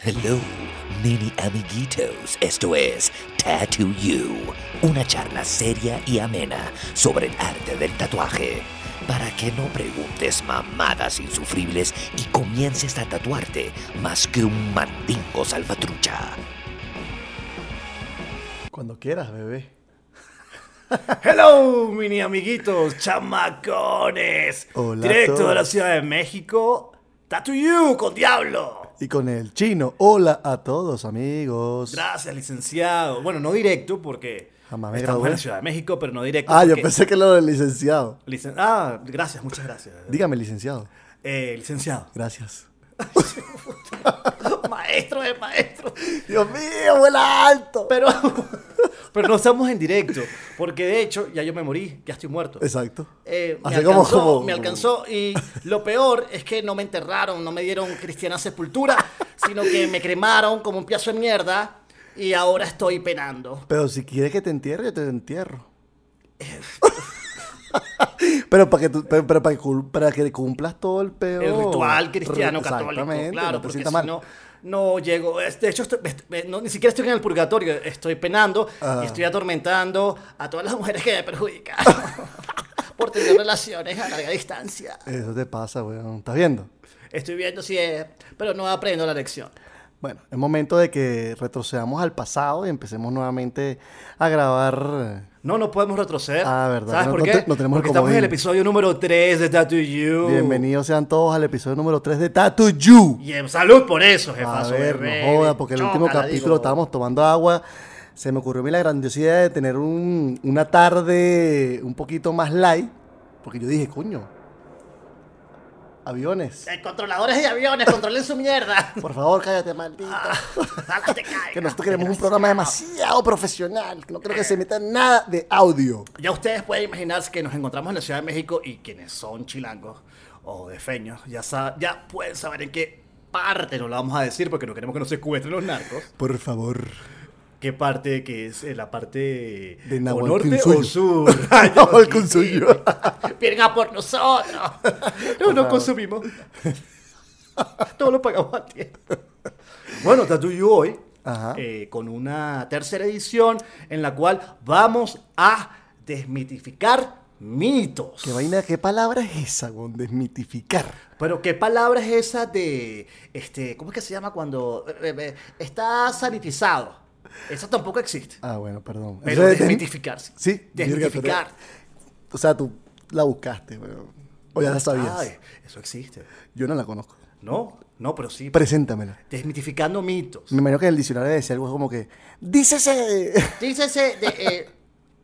Hello, mini amiguitos. Esto es Tattoo You, una charla seria y amena sobre el arte del tatuaje. Para que no preguntes mamadas insufribles y comiences a tatuarte más que un mandingo salvatrucha. Cuando quieras, bebé. Hello, mini amiguitos, chamacones. Hola a Directo todos. de la Ciudad de México, Tattoo You con Diablo. Y con el chino. Hola a todos, amigos. Gracias, licenciado. Bueno, no directo porque Jamás me estamos gradué. en la Ciudad de México, pero no directo. Ah, yo porque- pensé que lo del licenciado. Licen- ah, gracias, muchas gracias. Dígame, licenciado. Eh, licenciado. Gracias. maestro de maestro. Dios mío, vuela alto. Pero, pero no estamos en directo porque de hecho ya yo me morí, ya estoy muerto. Exacto. Eh, me, Hace como- alcanzó, como- me alcanzó y lo peor es que no me enterraron, no me dieron cristiana sepultura, sino que me cremaron como un piazo de mierda y ahora estoy penando. Pero si quieres que te entierre, yo te entierro. pero para que tú- pero, pero para, que cul- para que cumplas todo el peor. El ritual cristiano católico, Oh, Exactamente, claro, no te porque sientas si mal. no, no llego. Es- De hecho, estoy- est- eh, no, ni siquiera estoy en el purgatorio, estoy penando Ah. y estoy atormentando a todas las mujeres que me perjudicaron por tener relaciones a larga distancia. Eso te pasa, weón. ¿Estás viendo? Estoy viendo si es, pero no aprendo la lección. Bueno, es momento de que retrocedamos al pasado y empecemos nuevamente a grabar. eh, No, no podemos retroceder. Ah, verdad. ¿Sabes No- por no qué? te- no tenemos el Porque estamos en comodín. el episodio número 3 de Tattoo You. Bienvenidos sean todos al episodio número 3 de Tattoo You. Y en salud por eso, jefa. A ver, no joda, porque el último capítulo estábamos tomando agua. Se me ocurrió a mí la grandiosidad de tener un- una tarde un poquito más light, porque yo dije, coño, aviones. Eh, Controladores de aviones, controlen su mierda. Por favor, cállate, maldito. Ojalá te caigas, Que nosotros queremos un desgraciado. programa demasiado profesional. que No creo que se meta nada de audio. Ya ustedes pueden imaginarse que nos encontramos en la Ciudad de México y quienes son chilangos o defeños ya, sa- ya pueden saber en qué parte nos la vamos a decir porque no queremos que nos secuestren los narcos. Por favor. ¿Qué parte que es eh, la parte De de o norte Nahualcunsuyo. o sur? Nahualcunsuyo. Vienen a por nosotros. No, no consumimos. Todo lo pagamos a tiempo. Bueno, Tatu y yo hoy Ajá. eh, con una tercera edición en la cual vamos a desmitificar mitos. ¿Qué vaina, qué palabra es esa, weón? Desmitificar. Pero qué palabra es esa de este, ¿cómo es que se llama cuando eh, eh, está sanitizado? Eso tampoco existe. Ah, bueno, perdón. Pero Entonces, desmi- desmitificar, sí. Sí, Desmitificar. verga, pero- O sea, tú la buscaste, weón. O ya la sabías. Ay, eso existe. Yo no la conozco. No, no, pero sí. Preséntamela. Desmitificando mitos. Me imagino que en el diccionario decía algo como que. ¡Dícese! Dícese de eh,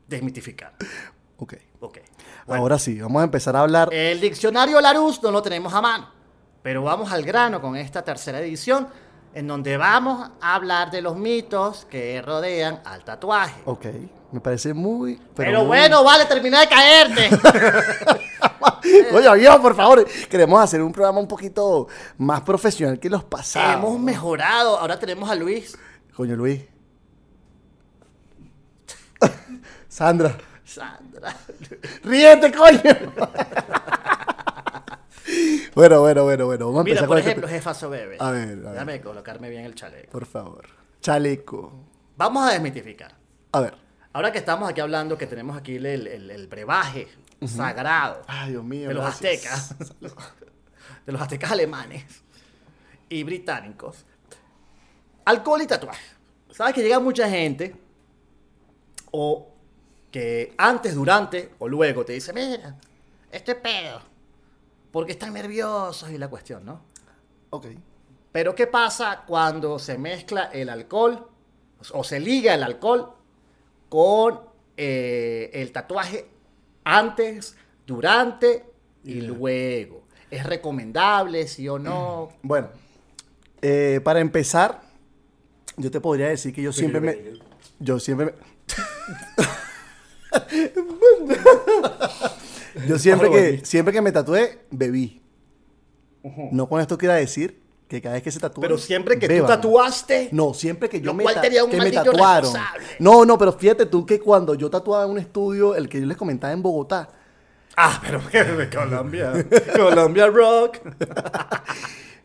desmitificar. ok. Ok. Bueno, Ahora sí, vamos a empezar a hablar. el diccionario Larus no lo tenemos a mano, pero vamos al grano con esta tercera edición en donde vamos a hablar de los mitos que rodean al tatuaje. Ok. Me parece muy. pero muy- bueno, vale, termina de caerte. Oye, avión, por favor. Queremos hacer un programa un poquito más profesional que los pasados. Hemos mejorado. Ahora tenemos a Luis. Coño, Luis. Sandra. Sandra. ¡Ríete, coño! bueno, bueno, bueno, bueno. Vamos a Mira, empezar por con este el ejemplo, capítulo. jefa Sobebe. A ver, a ver. Déjame colocarme bien el chaleco. Por favor. Chaleco. Vamos a desmitificar. A ver. Ahora que estamos aquí hablando, que tenemos aquí el, el- el- el brebaje sagrado Ay, Dios mío. de los gracias. aztecas, de los aztecas alemanes y británicos, alcohol y tatuaje. Sabes que llega mucha gente o que antes, durante o luego te dice, mira, este pedo, porque están nerviosos y la cuestión, ¿no? Ok. Pero ¿qué pasa cuando se mezcla el alcohol o se liga el alcohol con eh, el tatuaje antes, durante y luego? ¿Es recomendable, sí o no? Bueno. eh, para empezar, yo te podría decir que yo siempre me. Yo siempre me. yo siempre que, siempre que me tatué, bebí. No con esto quiera decir que cada vez que se tatúa. Pero siempre que beban. tú tatuaste, No, siempre que yo Lo me, cual ta- sería un que me maldito tatuaron. irresponsable. No, no, pero fíjate tú que cuando yo tatuaba en un estudio, el que yo les comentaba en Bogotá, ah, pero de Colombia, Colombia Rock.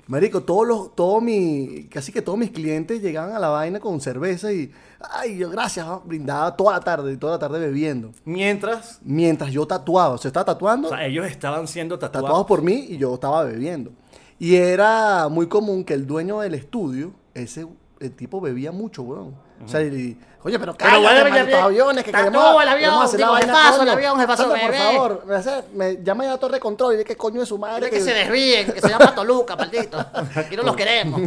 Marico, todos los, todo mi, casi que todos mis clientes llegaban a la vaina con cerveza y, ay, yo gracias, ah, brindaba toda la tarde, toda la tarde bebiendo. Mientras, Mientras yo tatuaba, se estaba tatuando, o sea, ellos estaban siendo tatuados. tatuados por mí y yo estaba bebiendo. Y era muy común que el dueño del estudio, ese el tipo bebía mucho, weón. O sea, y, oye, pero cállate, bueno, maldito bien, bien. aviones, que Tatúa queremos, el avión, queremos hacer la digo, vaina, jefazo, el coño. avión, jefazo, Anda, por bebé. favor, me hace- me llama ya a la torre de control y dile que coño es su madre. Quiere que que- se desvíen, que se llama Toluca, maldito. Y no los queremos.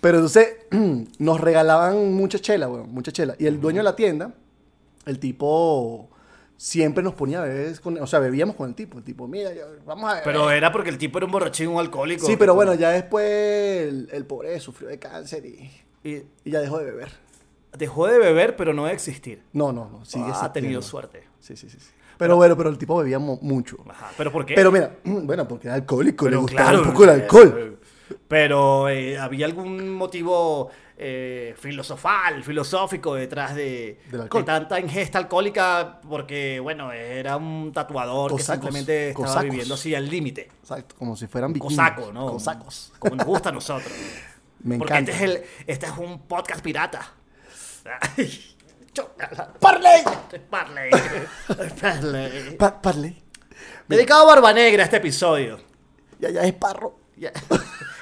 Pero entonces nos regalaban mucha chela, weón, mucha chela. Y el dueño de la tienda, el tipo siempre nos ponía a beber, con, o sea, bebíamos con el tipo. El tipo, mira, yo- vamos a beber. Pero era porque el tipo era un borrachín, un alcohólico. sí, pero bueno, ya después el, el pobre sufrió de cáncer y, Y y ya dejó de beber. dejó de beber, pero no de existir. No, no, no, sigue Ah, ha tenido existiendo. suerte. Sí, sí, sí. sí. Pero bueno, pero el tipo bebía mu- mucho. Ajá, pero ¿por qué? Pero mira, bueno, porque era alcohólico, le Ah, Pero gustaba claro, un poco el eh, alcohol. eh, Pero eh, había algún motivo eh, filosofal, filosófico detrás de, Del alcohol. de tanta ingesta alcohólica, porque bueno, era un tatuador Cosacos, que simplemente estaba cosacos. viviendo así al límite. Exacto, como si fueran vikingos. Cosaco, ¿no? Cosacos. Como nos gusta a nosotros. Me porque encanta. este es el, este es un podcast pirata. Chócala. ¡Parley! Parley. Parley. Pa- parley. Dedicado a Barba Negra este episodio. Ya, ya es parro. Ya.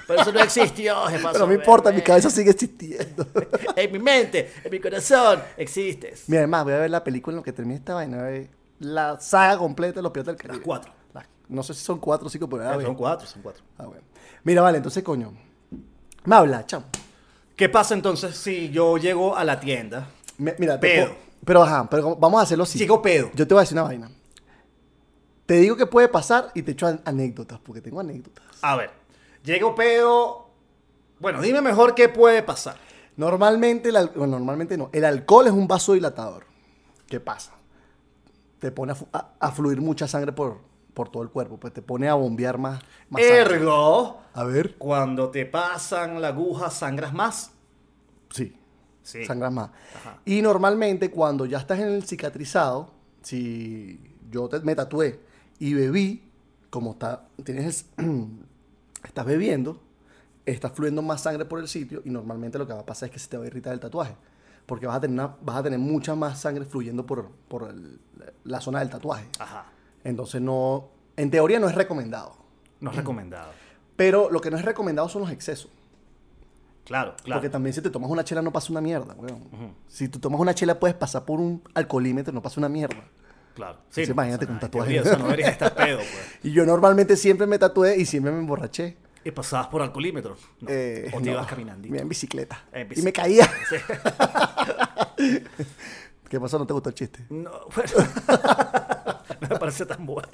Pero eso no existió. se pasó, Pero no me importa, mi bebé. cabeza sigue existiendo. En mi mente, en mi corazón, existes. Mira, además, voy a ver la película en lo que termine esta vaina. voy a ver La saga completa de los piratas del Caribe. Las cuatro. La- no sé si son cuatro o cinco, pero a ver. son cuatro, son cuatro. Ah, bueno. Mira, vale, entonces, coño. Me habla, chamo. ¿Qué pasa entonces si yo llego a la tienda? Me- Mira, te Pedo. puedo- pero ajá, pero como- vamos a hacerlo así. Sigo pedo. Yo te voy a decir una vaina. Te digo que puede pasar y te echo an- anécdotas, porque tengo anécdotas. A ver, llego pedo. Bueno, dime mejor qué puede pasar. Normalmente, el, al- bueno, normalmente no. El alcohol es un vaso dilatador. ¿Qué pasa? Te pone a, fu- a- a fluir mucha sangre por, por todo el cuerpo. Pues te pone a bombear más, Eh, más sangre. Ergo, A ver. cuando te pasan la aguja, sangras más. Sí. Sí. Sangras más. Ajá. Y normalmente cuando ya estás en el cicatrizado, si yo te- me tatué y bebí, como está, tienes, estás bebiendo, está fluyendo más sangre por el sitio y normalmente lo que va a pasar es que se te va a irritar el tatuaje. Porque vas a tener, una- vas a tener mucha más sangre fluyendo por, por el- la zona del tatuaje. Ajá. Entonces no, en teoría no es recomendado. No es recomendado. Pero lo que no es recomendado son los excesos. Claro, claro. Porque también si te tomas una chela no pasa una mierda, weón. Si tú tomas una chela puedes pasar por un alcoholímetro, no pasa una mierda. Claro. Sí, imagínate con en tatuaje. teoría, Eso no deberías estar pedo, pues. Y yo normalmente siempre me tatué y siempre me emborraché. Y eh, pasabas por alcoholímetro. No. Eh, o te no, ibas caminando. me iba en bicicleta. En Y me bicicleta. caía. ¿Qué pasó? ¿No te gustó el chiste? No, bueno. no me parece tan bueno.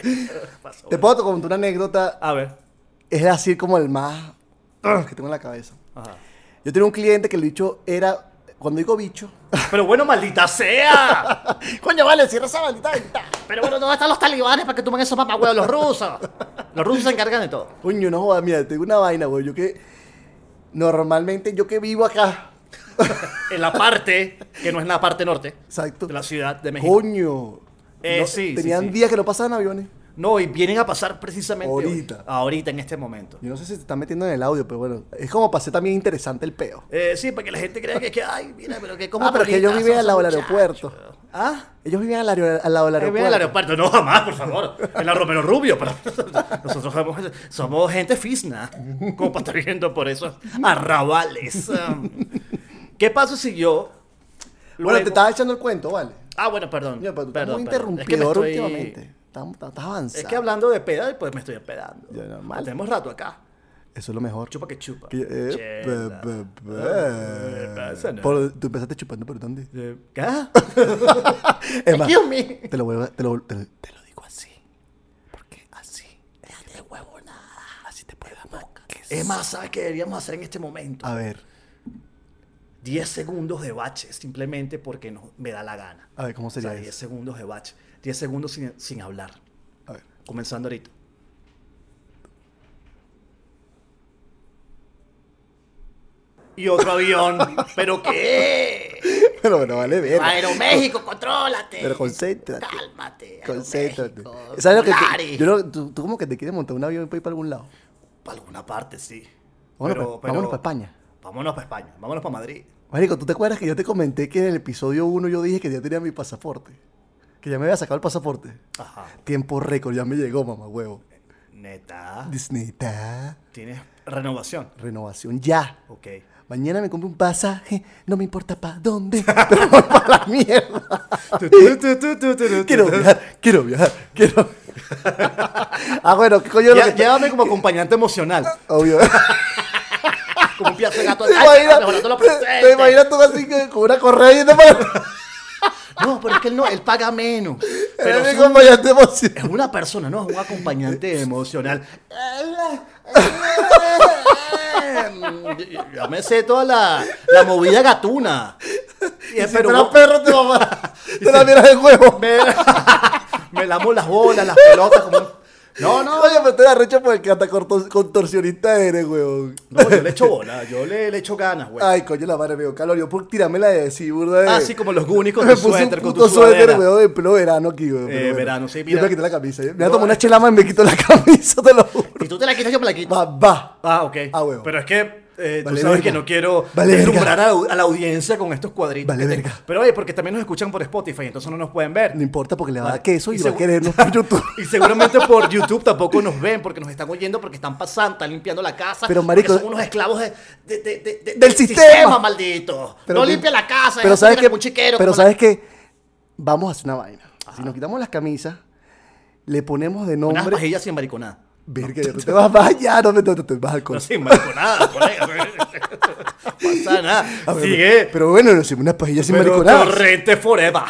Pasó. Te puedo contar una anécdota. A ver. Es así como el más ugh, que tengo en la cabeza. Ajá. Yo tenía un cliente que el bicho era... Cuando digo bicho... Pero bueno, maldita sea. Coño, vale, cierra esa maldita ventana. Pero bueno, ¿dónde están los talibanes para que tomen esos mamahuevos? Los rusos. Los rusos se encargan de todo. Coño, no jodas, mira, tengo una vaina, güey. Yo que. Normalmente, yo que vivo acá. En la parte, que no es la parte norte Exacto. de la ciudad de México. Coño. Eh, No, sí, sí, Tenían sí. días que no pasaban aviones. No, y vienen a pasar precisamente hoy. Ahorita. ahorita, en este momento. Yo no sé si te están metiendo en el audio, pero bueno. Es como pasé también interesante el peo. Eh, sí, para que la gente crea que, que, ay, mira, pero que como Ah, pero que ellos vivían al lado del aeropuerto. Ah, Ellos vivían al, aer- al lado del vivían aeropuerto. en el aeropuerto. No, jamás, por favor. En la Romero Rubio. pero nosotros somos, somos gente fisna. Como para estar viendo por esos arrabales. ¿Qué pasa si yo... Bueno, luego- te pues, estaba echando el cuento, vale. Ah, bueno, perdón. Mira, pero tú estás perdón, muy perdón. interrumpidor Es que me estoy- últimamente. Estás, estás avanzado. Es que hablando de pedal, pues me estoy empedando. Ya, normal. Pues Tenemos rato acá. Eso es lo mejor. Chupa que chupa. Que- eh, be- Chela. be- Eh, be- pasa nada. Por- Tú empezaste chupando, ¿por dónde? Eh, ¿Qué? Es más, Excuse me. te lo, vuelvo a- te, lo, te, lo- te lo digo así. Porque así. de huevo nada. Así te puede dar más. Es más, ¿sabes qué deberíamos hacer en este momento? A ver, 10 segundos de bache, simplemente porque no, me da la gana. a ver, ¿cómo O sea, sería 10 eso? segundos de bache. 10 segundos sin, sin hablar. A ver. Comenzando ahorita. Y otro avión. ¿Pero qué? Pero bueno, vale, ver. Aeroméxico, contrólate. Pero concéntrate. Cálmate. Concéntrate. Aeroméxico. ¿Sabes lo que te- Lari. yo lo- tú, tú como que te quieres montar un avión y para ir para algún lado. Para alguna parte, sí. Bueno, Pero- pues, pero- vámonos para España. Vámonos para España, vámonos para Madrid. Marico, ¿tú te acuerdas que yo te comenté que en el episodio 1 yo dije que ya tenía mi pasaporte? Que ya me había sacado el pasaporte. Ajá. Tiempo récord, ya me llegó, mamá huevo. Neta. Disney, ta, Tienes renovación. renovación ya. Ok. Mañana me compro un pasaje, no me importa para dónde, pero voy para la mierda. Quiero viajar, quiero viajar, quiero. ah, bueno, ¿qué coño es lo que Llá- te- Llévame como acompañante emocional. Obvio. Como un piazo de gato. ¿Te Ay, imaginas, mejorando los te, te presentes. imaginas tú así que- con una correa yendo para. No, pero es que él no, él paga menos. Pero Pero es mi un- acompañante emocional. es una persona, no es un acompañante emocional. Yo me sé toda la, la movida gatuna. Y es, Si pero fuera vos- perro, te mamá. Te la miras de huevo. me, me lamo las bolas, las pelotas. Como... un- No, no, Oye, pero te la recha porque hasta corto- contorsionista eres, huevón. no, yo le echo bola, yo le, le echo ganas, güey. Ay, coño, la madre me dio calor. Yo, por tirarme la de decir, burda de. Así como los Goonies con me tu puse suéter, un con puto tu suéter, sudadera. weón, de ah, pelo verano aquí, weón. Eh, pero bueno. verano, sí, Yo mira. me quité la camisa. ¿eh? Me No, tomé eh. una chelama y me quito la camisa, te lo juro. Si tú te la quitas, yo me la quito. Va, va. Ah, ok. Ah, huevo. Pero es que eh, Vale tú sabes verga. que no quiero Vale deslumbrar a, la au- a la audiencia con estos cuadritos. Vale que verga. tengo. Pero oye, porque también nos escuchan por Spotify, entonces no nos pueden ver. No importa porque le va a Vale. dar queso y, Ah, Y va a segu- querernos por YouTube. Y seguramente por YouTube tampoco nos ven porque nos están oyendo, porque están pasando, están limpiando la casa. Pero, porque marico- son unos esclavos de- de- de- de- de- Del sistema. maldito. Pero no mi- limpia la casa. Pero deja sabes que tenga que, un chiquero, pues, pero como la- sabes que vamos a hacer una vaina. Si nos quitamos las camisas, le ponemos de Unas nombre. pajillas sin mariconada. Verga, ya tú te vas más allá, no me no, no, te vas al No colegio. sin mariconada, colega. No pasa A nada. ver, Sigue. Pero bueno, nos hicimos unas pajillas sin Pero mariconadas. Torrente Forever.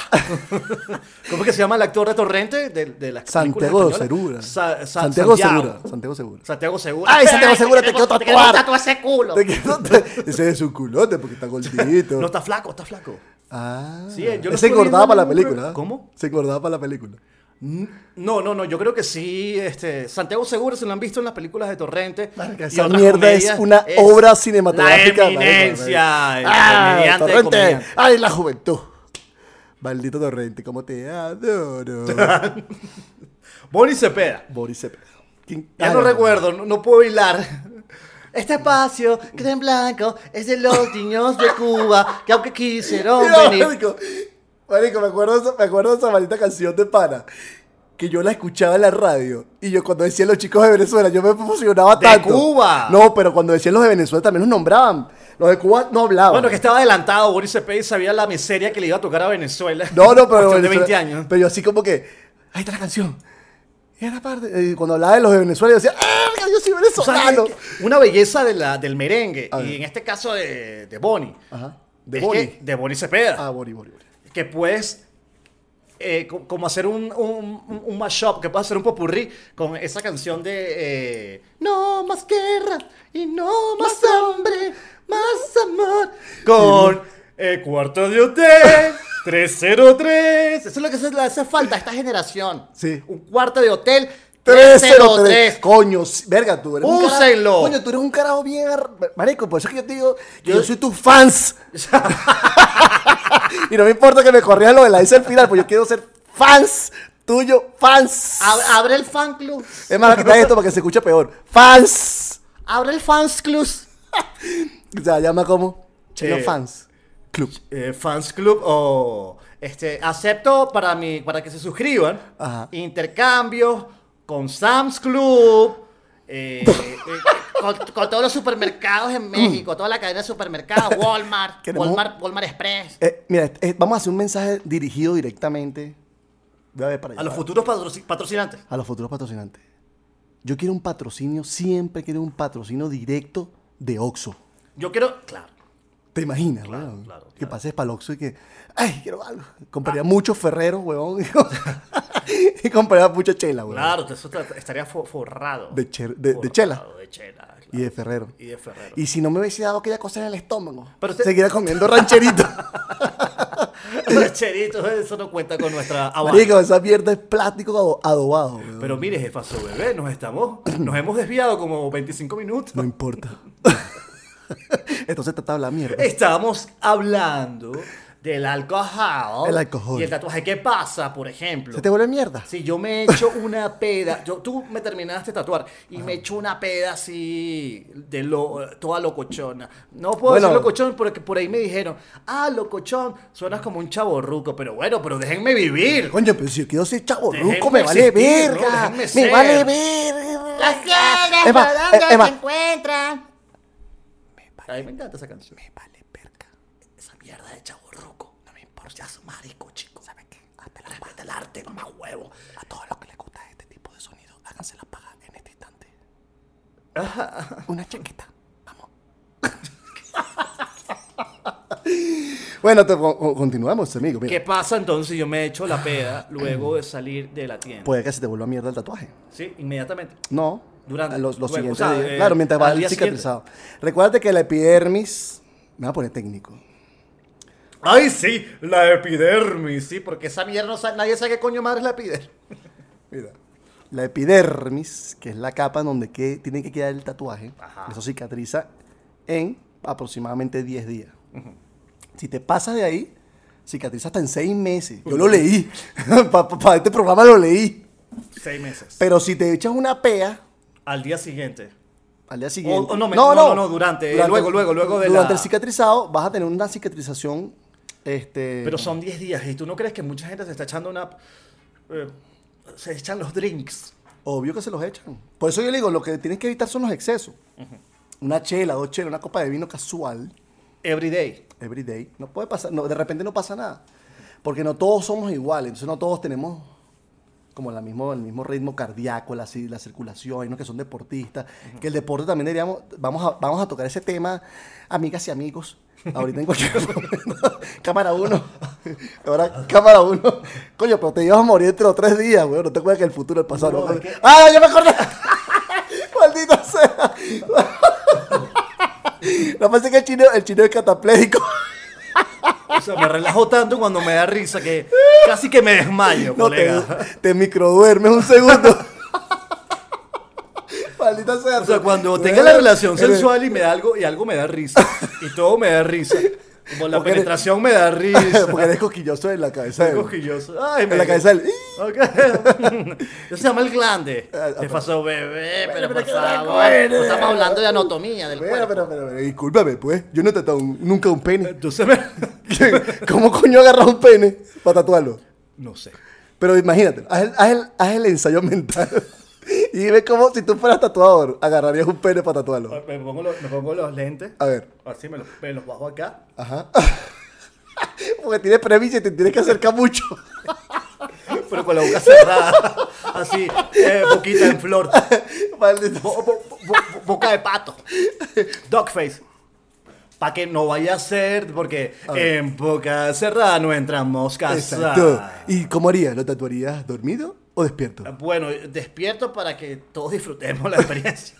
¿Cómo es que se llama el actor de Torrente? De, de las Santiago películas Segura. españolas? Sa- sa- Santiago Santiago. Segura. Santiago Segura. Santiago Segura. Ay, Santiago Segura, te quiero Te quiero tatuar. tatuar ese culo. Te quiero tatuar. Ese es un culote porque está gordito. No, está flaco, está flaco. Ah. Sí, yo lo se estoy engordaba viendo para la en un pro- película. ¿eh? ¿Cómo? Se engordaba para la película. No, no, no, yo creo que sí. Este, Santiago Segura, se lo han visto en las películas de Torrente. Marica, y esa otras mierda comedias, es una obra cinematográfica, La marico, eminencia. el ¡Ah! comediante de Torrente. comediante. ¡Ay, la juventud! Maldito Torrente, cómo te adoro. Bonnie Cepeda. Boris Cepeda. ¿Quién- Ya Ah, no recuerdo, no, no puedo hilar. Este espacio, que está en blanco, es de los niños de Cuba, que aunque quisieron Mira, venir. marico, marico, me acuerdo, de esa- me acuerdo de esa maldita canción de Pana. Que yo la escuchaba en la radio. Y yo cuando decían los chicos de Venezuela, yo me emocionaba De tanto. Cuba. No, pero cuando decían los de Venezuela también los nombraban. Los de Cuba no hablaban. Bueno, que estaba adelantado, Boris Cepeda y sabía la miseria que le iba a tocar a Venezuela. No, no, pero. Cuestión de Venezuela- 20 años. Pero yo así como que. Ahí está la canción. Y era parte. eh, cuando hablaba de los de Venezuela, yo decía, ¡ah, yo soy O sea, venezolano! es que una belleza de la, del merengue, A ver. y en este caso de, de Bonnie. Ajá. De Es Boni. que- de Bonnie Cepeda. Ah, Boni, Boni, Boni. que puedes eh, co- como hacer un, un, un- un mashup, que puedes hacer un popurrí con esa canción de eh, No más guerra y no más hambre, más amor. Con eh, cuarto de hotel, 303. Eso es lo que se le hace falta a esta generación. Sí. Un cuarto de hotel, 303. 303. Coño, sí, verga, tú eres un Úsenlo. carajo. Coño, tú eres un carajo bien. ar- Marico, por eso es que yo te digo que yo soy tus fans. y no me importa que me corrijas lo de la dice al final, pues yo quiero ser fans tuyo, fans. Ab- Abre el fan club. Es más, quita esto para que se escuche peor. Fans. Abre el fans club. Se llama como Chino Eh, Fans Club. Eh, fans Club o este acepto para mi para que se suscriban Ajá. intercambios con Sam's Club eh, Con, con todos los supermercados en México, toda la cadena de supermercados, Walmart, Queremos- Walmart, Walmart Express. Eh, mira, este- eh, vamos a hacer un mensaje dirigido directamente. Voy a ver para allá. a los futuros patroci- patrocinantes a los futuros patrocinantes. Yo quiero un patrocinio, siempre quiero un patrocinio directo de Oxxo. yo quiero claro ¿Te imaginas, weón? claro, Ah. Que pases para el Oxxo y que, ay, quiero algo. Compraría muchos ferreros, weón. y compraría mucha chela, weón. claro que eso tra- estaría fo- forrado De che- de- de Forrado chela. de chela, claro. Y de ferrero. Y de Ferrero. Y si no me hubiese dado aquella cosa en el estómago, Pero usted- seguiría comiendo rancherito. Rancheritos, eso no cuenta con nuestra aval. Marico, esa mierda es plástico ado- adobado, weón. pero mire jefa su bebé nos estamos nos hemos desviado como 25 minutos No importa. Entonces trataba la mierda. Estamos hablando del alcohol. El alcohol. Y el tatuaje. ¿Qué pasa, por ejemplo? ¿Se te vuelve mierda? Si yo me echo una peda, yo, tú me terminaste de tatuar y me echo una peda así, de lo, toda locochona. No puedo Bueno. decir locochón porque por ahí me dijeron, ah, locochón, suenas como un chaborruco, pero bueno, pero déjenme vivir. Coño, pero si yo quiero ser chavo Déjenme ruco, me vale existir, ¿no? verga. Déjenme Me ser. vale verga. Las tierras Emma, por donde Emma. se encuentran. A mí me encanta esa canción. Me vale verga. Esa mierda de chaborruco, no me importa. Ya es marico, chico. ¿Sabes qué? Hazte la Respeta el arte, mamá huevo. A todos los que les gusta este tipo de sonido, háganse la paga en este instante. Una chaqueta. Vamos. bueno, te- con- con- continuamos, amigo. Mira, ¿Qué pasa entonces? Yo me echo la peda luego de salir de la tienda. puede que se te vuelva mierda el tatuaje. Sí, inmediatamente. No. Durante- a Los, los luego, siguientes o sea, días. eh, claro, mientras va al el día cicatrizado. Recuérdate que la epidermis. Me va a poner técnico. Ay, sí, la epidermis, sí, porque esa mierda no sa- nadie sabe qué coño madre es la epidermis. Mira. La epidermis, que es la capa en donde que- tiene que quedar el tatuaje, eso cicatriza en aproximadamente 10 días. Si te pasas de ahí, cicatriza hasta en 6 meses. Yo lo leí. Para este programa lo leí. Seis meses. Pero si te echas una pea Al día siguiente. al día siguiente. o no, me- no, no, no, durante, eh, luego, luego, luego de Durante la- el cicatrizado vas a tener una cicatrización. Este, Pero son 10 días. ¿Y tú no crees que mucha gente se está echando una. eh, se echan los drinks? Obvio que se los echan. Por eso yo le digo, lo que tienes que evitar son los excesos. Una chela, dos chelas, una copa de vino casual, Every day. every day. No puede pasar, no, de repente no pasa nada. Porque no todos somos iguales, entonces no todos tenemos como la mismo, el mismo ritmo cardíaco, la, ci- la circulación, hay unos que son deportistas, que el deporte también deberíamos, vamos a, vamos a tocar ese tema, amigas y amigos, ahorita en cualquier momento, cámara uno, ahora cámara uno, coño, pero te ibas a morir entre los tres días, weón, no te acuerdas que el futuro, el pasado, No, ¿no? es que- ah, ya me acordé, maldito sea, no pensé que el chino, el chino es catapléjico. O sea, me relajo tanto cuando me da risa que casi que me desmayo, No, te, colega. te microduermes un segundo. Maldita sea. O sea, tú- cuando tú tenga eres- la relación eres- sensual y me da algo, y algo me da risa. Y todo me da risa. Como la Porque eres- penetración me da risa. Porque eres coquilloso en la cabeza. Soy del- cosquilloso. Ay, En la cabeza del. Ok. Eso se llama el glande. Te pasó bebé, pero por favor. Pues No estamos hablando de anatomía del Espera, cuerpo. espera, espera, espera, Discúlpame, pues. Yo no he tatuado un- nunca un pene. Entonces me... ¿Cómo coño agarras un pene para tatuarlo? No sé. Pero imagínate, haz el, haz el- haz el ensayo mental. Y dime cómo, si tú fueras tatuador, agarrarías un pene para tatuarlo. Me pongo los, me pongo los lentes. A ver. Así me los, me los bajo acá. Ajá. Porque tienes premisa y te tienes que acercar mucho. Pero con la boca cerrada. Así, eh, boquita en flor. Maldito. Bo- bo- bo- bo- boca de pato. Dogface. Para que no vaya a ser, porque en boca cerrada no entran moscas. Ah. Exacto. ¿Y cómo harías? ¿Lo tatuarías dormido o despierto? Bueno, despierto para que todos disfrutemos la experiencia.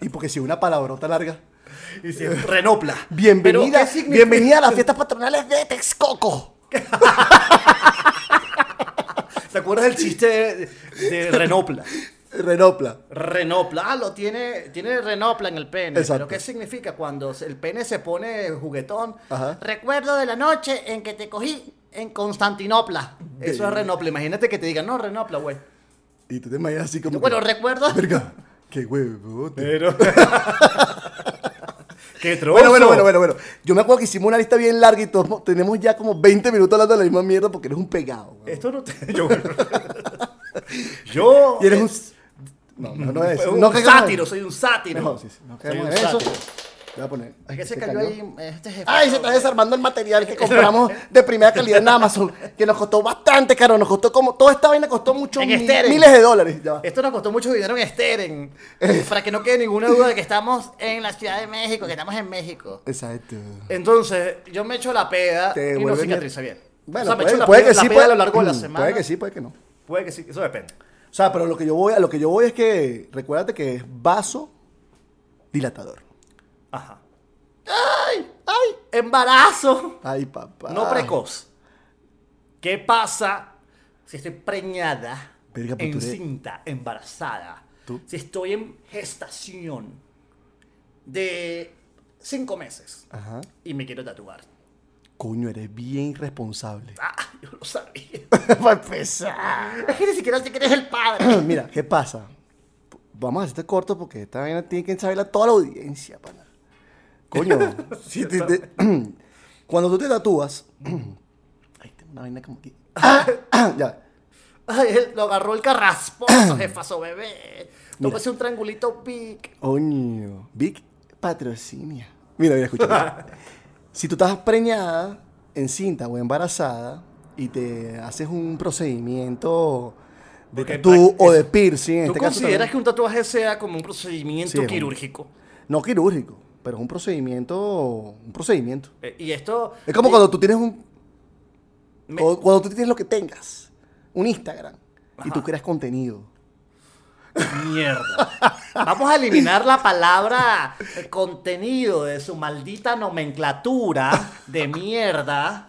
Y porque si una palabrota larga. Y si renopla. Pero, Bienvenida, ¿qué significa? bienvenida a las fiestas patronales de Texcoco. ¿Te acuerdas del chiste de, de renopla? Renopla. Renopla. Ah, lo tiene, tiene renopla en el pene. Exacto. Pero ¿qué significa cuando se- el pene se pone juguetón? Ajá. Recuerdo de la noche en que te cogí en Constantinopla. Eso es renopla. Imagínate que te digan, no, renopla, güey. Y tú te imaginas así como. Bueno, que, recuerdo. Verga. Qué huevote. Pero. ¡Qué trozo! Bueno, bueno, bueno, bueno, bueno. Yo me acuerdo que hicimos una lista bien larga y todos tenemos ya como 20 minutos hablando de la misma mierda porque eres un pegado. güey. Esto no te. Yo. yo Y eres un. No, no, no es. un No caigamos en- sátiro, soy un sátiro. No, sí, sí, no soy caigamos un en eso. sátiro. Voy a poner. Ay, que se cayó ahí este jefe. Ay, se está desarmando el material que compramos de primera calidad en Amazon, que nos costó bastante caro, nos costó como, toda esta vaina costó mucho, En mil- estéreo. miles de dólares. Ya va. Esto nos costó mucho dinero en Steren. para que no quede ninguna duda de que estamos en la Ciudad de México, que estamos en México. Exacto. Entonces, yo me echo la peda Te y no vuelve cicatriza bien. Bueno, O sea, me echo puede, la puede peda- que la sí, peda puede, a lo largo de la mm, semana. puede que sí, puede que no. O Puede que sí, eso depende. sea, pero lo que yo voy, a lo que yo voy es que, recuérdate que es vaso dilatador. Ajá. ¡Ay! ¡Embarazo! Ay, papá. No precoz. ¿Qué pasa si estoy preñada, Verga, pero tú eres- encinta, embarazada? ¿Tú? Si estoy en gestación de cinco meses Ajá. y me quiero tatuar. Coño, eres bien irresponsable. Ah, yo lo sabía. Para empezar. Es que ni siquiera sé que eres el padre. Mira, ¿qué pasa? P- Vamos a hacerte corto porque esta vaina tiene que saberla toda la audiencia, pana. Coño, si te- te- cuando tú te tatúas. Ay, tengo una vaina como aquí. ya. Ay, él lo agarró el carrasposo, jefazo bebé. Tómese un triangulito big. Coño, Big patrocinia. Mira, mira, escucha. mira. si tú estás preñada, encinta o embarazada y te haces un procedimiento de Porque tatú pra- o es- de piercing, en ¿Tú este caso consideras también- que un tatuaje sea como un procedimiento Sí, es un- quirúrgico? no quirúrgico, pero es un procedimiento, un procedimiento. Eh, y esto. Es como y- cuando tú tienes un. me- o Cuando tú tienes lo que tengas. Un Instagram. Y tú Ajá. creas contenido. Mierda. Vamos a eliminar la palabra eh, contenido de su maldita nomenclatura de mierda.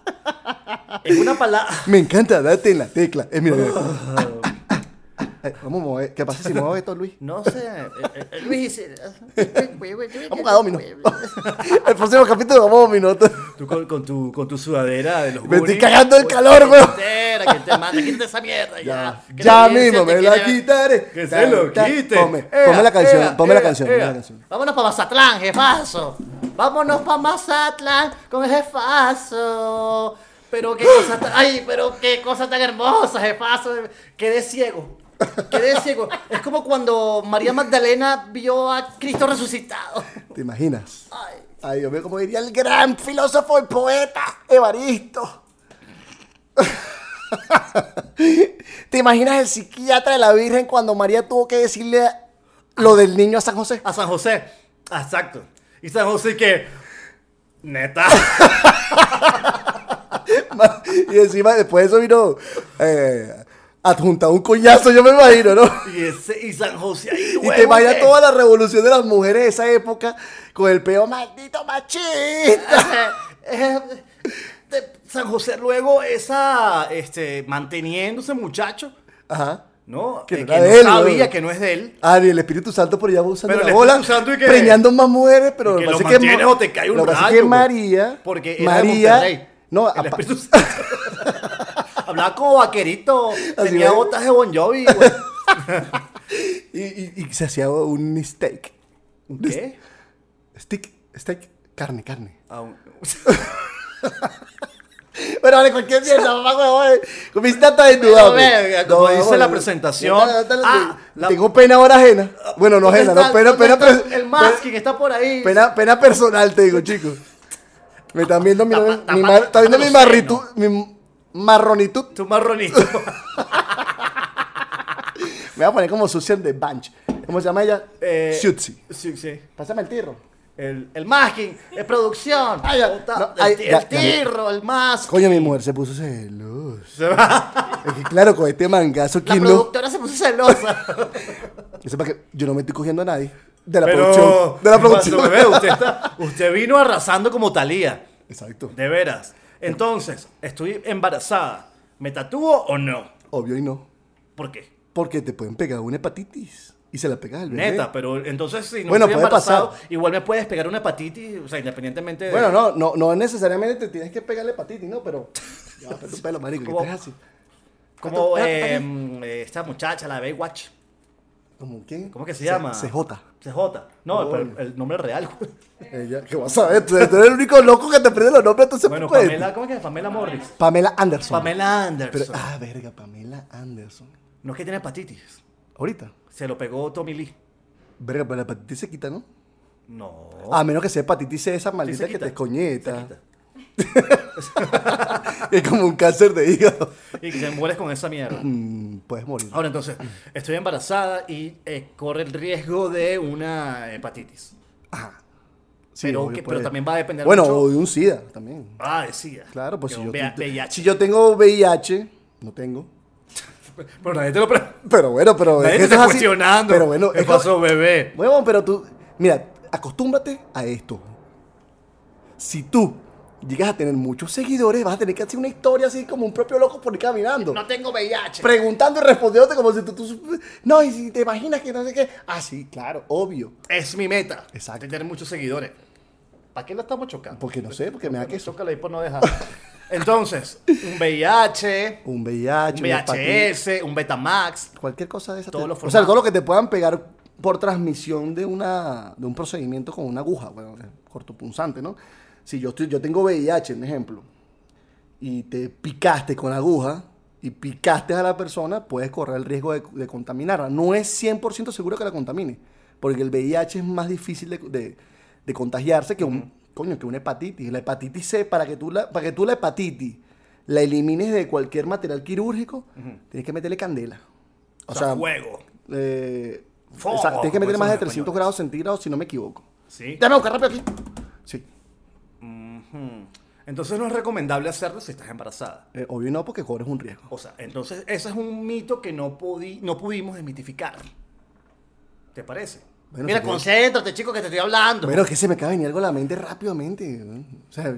Es una palabra. Me encanta darte en la tecla. Eh, mira, mira. Eh, vamos a mover. ¿Qué pasa si muevo esto, Luis? No sé. eh, eh, eh, Luis, eh, Vamos a Domino. El próximo capítulo vamos a Domino. tú con, con tu, con tu sudadera de los Me estoy Goonies. cagando el calor, güey. Entera, que te manda, quítate esa mierda ya. Ya, Que ya la audiencia mismo te me quiere la ver. quitaré. Que se Tan, lo tan. quite. Ponme, Ea, ponme la canción, ea, ponme la ea, canción, ponme ea. la canción. Vámonos para Mazatlán, jefazo. Vámonos para Mazatlán con el jefazo. Pero qué cosa tan, ay, pero qué cosa tan hermosa, jefazo. Quedé ciego. Quedé ciego. Es como cuando María Magdalena vio a Cristo resucitado. ¿Te imaginas? Ay. Ay, Dios mío, como diría el gran filósofo y poeta Evaristo. ¿Te imaginas el psiquiatra de la Virgen cuando María tuvo que decirle lo del niño a San José? a San José. Exacto. Y San José que. Neta. Y encima después de eso vino eh, adjuntado un coñazo, yo me imagino, ¿no? Y, ese- y San José ahí. Y huevo, te imaginas ¿qué? toda la revolución de las mujeres de esa época con el peo maldito machista. Eh, eh, San José luego esa. Este. manteniéndose muchacho. Ajá. ¿No? Eh, Que Que, no era no de él, sabía weón. que no es de él. Ah, ni el Espíritu Santo por allá va usando Pero el la bola, Espíritu Santo y que- preñando más mujeres, pero y que pasa lo es que mantienes Ma- o te cae un lo que pasa es rayo, que pues. María, Porque era de María, Monterrey. no, el apa- Espíritu Santo. Hablaba como vaquerito. tenía ¿no? botas de Bon Jovi. güey. y, y- y se hacía un steak, un ¿Qué? steak, steak, carne, carne. Ah, un- Bueno, vale, cualquier mierda, mamá, huevón, con mis tatas Pero, desnudadas. verga, como dice la presentación, ah, la- Tengo pena ahora ajena. Bueno, no ¿Dónde ajena, no, está- pena, dónde pena, está pres- El masking está por ahí. Pena, pena personal, te digo, chicos. Me están viendo mi, Tapa- mi tapa- mar- está viendo mi, tapa los marritu- mi marronitud. Tu marronito. Me voy a poner como Susan de Bunch. ¿Cómo se llama ella? Eh, Suzy. Sí, sí. Pásame el tirro. El, el masking, es producción. Ah, ya, Puta, no, el, ay, ti- ya, ya, el ya. tirro, el masking. Coño, mi mujer se puso celosa. Es que claro, con este mangazo, La ¿quién no? productora se puso celosa. Eso para que yo no me estoy cogiendo a nadie. De la Pero, producción. De la Mazo Bebé, producción. usted, está- usted vino arrasando como Talía. Exacto. De veras. Entonces, estoy embarazada. ¿Me tatúo o no? Obvio y no. ¿Por qué? Porque te pueden pegar una hepatitis. Y se la pegas al bebé. Neta, pero entonces si no Bueno, estoy puede embarazado, pasar. igual me puedes pegar una hepatitis, o sea, independientemente de... Bueno, no, no, no necesariamente te tienes que pegar la hepatitis, ¿no? Pero. Ya, pero tu pelo, marico, Como- que estés así. Como Ah, ah, eh, eh, esta muchacha, la de Baywatch. ¿Cómo quién? ¿Cómo que C- se llama? CJ. CJ. No, Coño. pero el, nombre real. güey. Ella, ¿Qué vas a ver? Tú eres tú eres el único loco que te prende los nombres, entonces Bueno, pues, Pamela, ¿cómo que es? Pamela Morris. Pamela Anderson. Pamela Pero, Anderson. ah, verga, Pamela Anderson. No es que tiene hepatitis. Ahorita. Se lo pegó Tommy Lee. Verga, pero la hepatitis se quita, ¿no? No. A menos que sea hepatitis C, esa Sí, se maldita Ah, que quita. te Se coñeta. quita. Es como un cáncer de hígado. Y que te mueres con esa mierda. Mm, puedes morir. Ahora entonces, estoy embarazada y eh, corre el riesgo de una hepatitis. Ajá. pero obvio, que- puede. pero también va a depender Bueno, mucho- o de un SIDA también. Ah, decía. Claro, pues Que si un yo, VIH. si yo tengo VIH, no tengo. Pero nadie te lo pre- Pero bueno, pero. Pues es Nadie te que eso está es así. cuestionando. Pero bueno, ¿Qué es como- pasó, bebé? Huevón, pero tú, mira, acostúmbrate a esto. Si tú llegas a tener muchos seguidores, vas a tener que hacer una historia así como un propio loco por ir caminando. No tengo VIH. Preguntando y respondiéndote como si tú, tú- No, y si te imaginas que no sé qué. Ah, sí, claro, obvio. Es mi meta. Exacto. de Tener muchos seguidores. ¿Para qué la estamos chocando? Porque no sé, porque me da que queso. choca la hipo no deja. Entonces, un VIH, Un VIH, un una hepatitis, VHS, un Betamax. cualquier cosa de esas. Todos te- los o sea, formatos. todo lo que te puedan pegar por transmisión de una de un procedimiento con una aguja, bueno, cortopunzante, ¿no? Si yo estoy, yo tengo VIH, un ejemplo, y te picaste con aguja y picaste a la persona, puedes correr el riesgo de, de contaminarla. No es 100% seguro que la contamine, porque el VIH es más difícil de, de- de contagiarse que un coño, que una hepatitis. La hepatitis C, para que tú la, para que tú la hepatitis la elimines de cualquier material quirúrgico, tienes que meterle candela. O, sea, fuego. eh, Fuego, exacto, tienes que como meterle más de dicen los 300 españoles. grados centígrados, si no me equivoco. ¿Sí? Déjame buscar rápido aquí. Sí. Ujú. Entonces no es recomendable hacerlo si estás embarazada. Eh, obvio no, porque corres un riesgo. O sea, entonces ese es un mito que no, pudi- no pudimos desmitificar. ¿Te parece? Bueno, Mira, si quieres- concéntrate, chico, que te estoy hablando. Bueno, es que se me acaba de venir algo a la mente rápidamente. ¿no? O sea,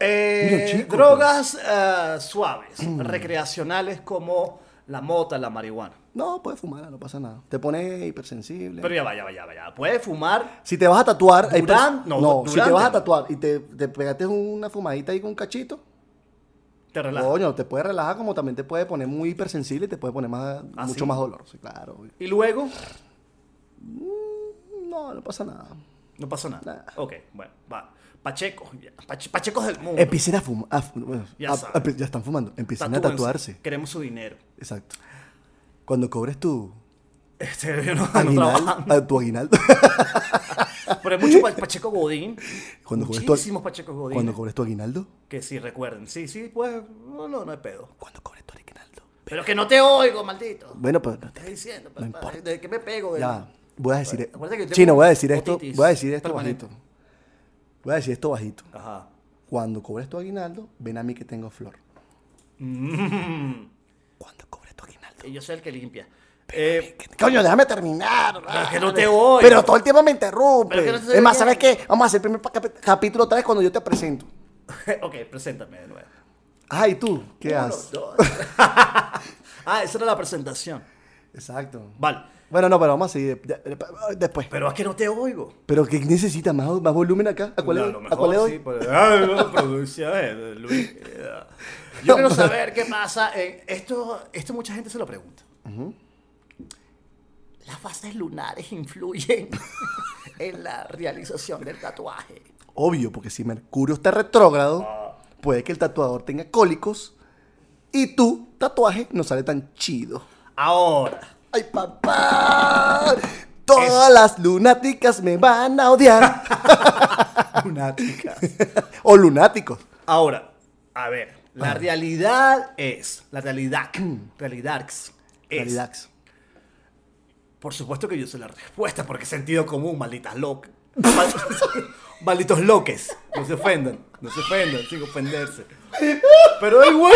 Eh, Niño chico, pues. Mm. drogas eh, suaves, recreacionales como la mota, la marihuana. no, puedes fumar, no pasa nada. Te pones hipersensible. Pero ya va, ya va, ya va, ya va. Puedes fumar. si te vas a tatuar, hay Durán- pers- no, no, si Durante te vas a no. tatuar y te, te pegaste una fumadita ahí con un cachito, Te relajas. coño, te puede relajar como también te puede poner muy hipersensible y te puede poner más, ¿Ah, mucho sí? más dolor. Sí, claro. obvio. Y luego, No, no pasa nada. no pasa nada. Nah. Ok, bueno, va. Pacheco, ya. Pach- Pachecos del mundo. Empiecen a fumar. Ya ya, saben. están fumando. Empiecen Tatúense. a tatuarse. Queremos su dinero. Exacto. Cuando cobres tu Este, yo no, no trabajan. aguinaldo. ah, tu aguinaldo. Pero hay mucho pa- Pacheco Godín. cuando cobres tu, Muchísimos Pacheco Godín. cuando cobres tu aguinaldo. Que sí, recuerden. Sí, sí, pues, no, no, no hay pedo. Cuando cobres tu aguinaldo. Pero que no te oigo, maldito. Bueno, pues. no te- Estás diciendo, No papá, importa. ¿de qué me pego? Ya, voy a decir. Acuérdate que yo tengo Chino, voy a decir esto. otitis Voy a decir esto permanente. bajito. Voy a decir esto bajito. Ajá. Cuando cobres tu aguinaldo, ven a mí que tengo flor. Cuando cobres tu aguinaldo. Y Yo soy el que limpia. Eh, que- Coño, déjame terminar. pero que no te oigo. Pero todo el tiempo me interrumpe. Pero que no se es más, oye. ¿sabes qué? Vamos a hacer el primer pa- cap- capítulo otra vez cuando yo te presento. ok, preséntame de nuevo. Ay, tú, ¿qué Uno, haces? dos. ah, esa era la presentación. Exacto. Vale. Bueno, no, pero vamos a seguir de- de- de- después. Pero es que no te oigo. Pero que necesita más, más volumen acá. ¿A cuál, No, le- a lo ¿a cuál le mejor doy? sí, pero- Ay, no, producción, eh, Luis. eh. Yo quiero saber qué pasa en Esto, esto mucha gente se lo pregunta. las fases lunares influyen en la realización del tatuaje. Obvio, porque si Mercurio está retrógrado, Ah. puede que el tatuador tenga cólicos y tu tatuaje no sale tan chido. Ahora, ¡Ay, papá! Todas las lunáticas me van a odiar. lunáticas. o lunáticos. Ahora, a ver, la realidad es, la realidad, realidad es, Relax. por supuesto que yo sé la respuesta, porque sentido común, malditas locas. Mal- Malditos loques, no se ofendan, no se ofendan, sin ofenderse. Pero da igual.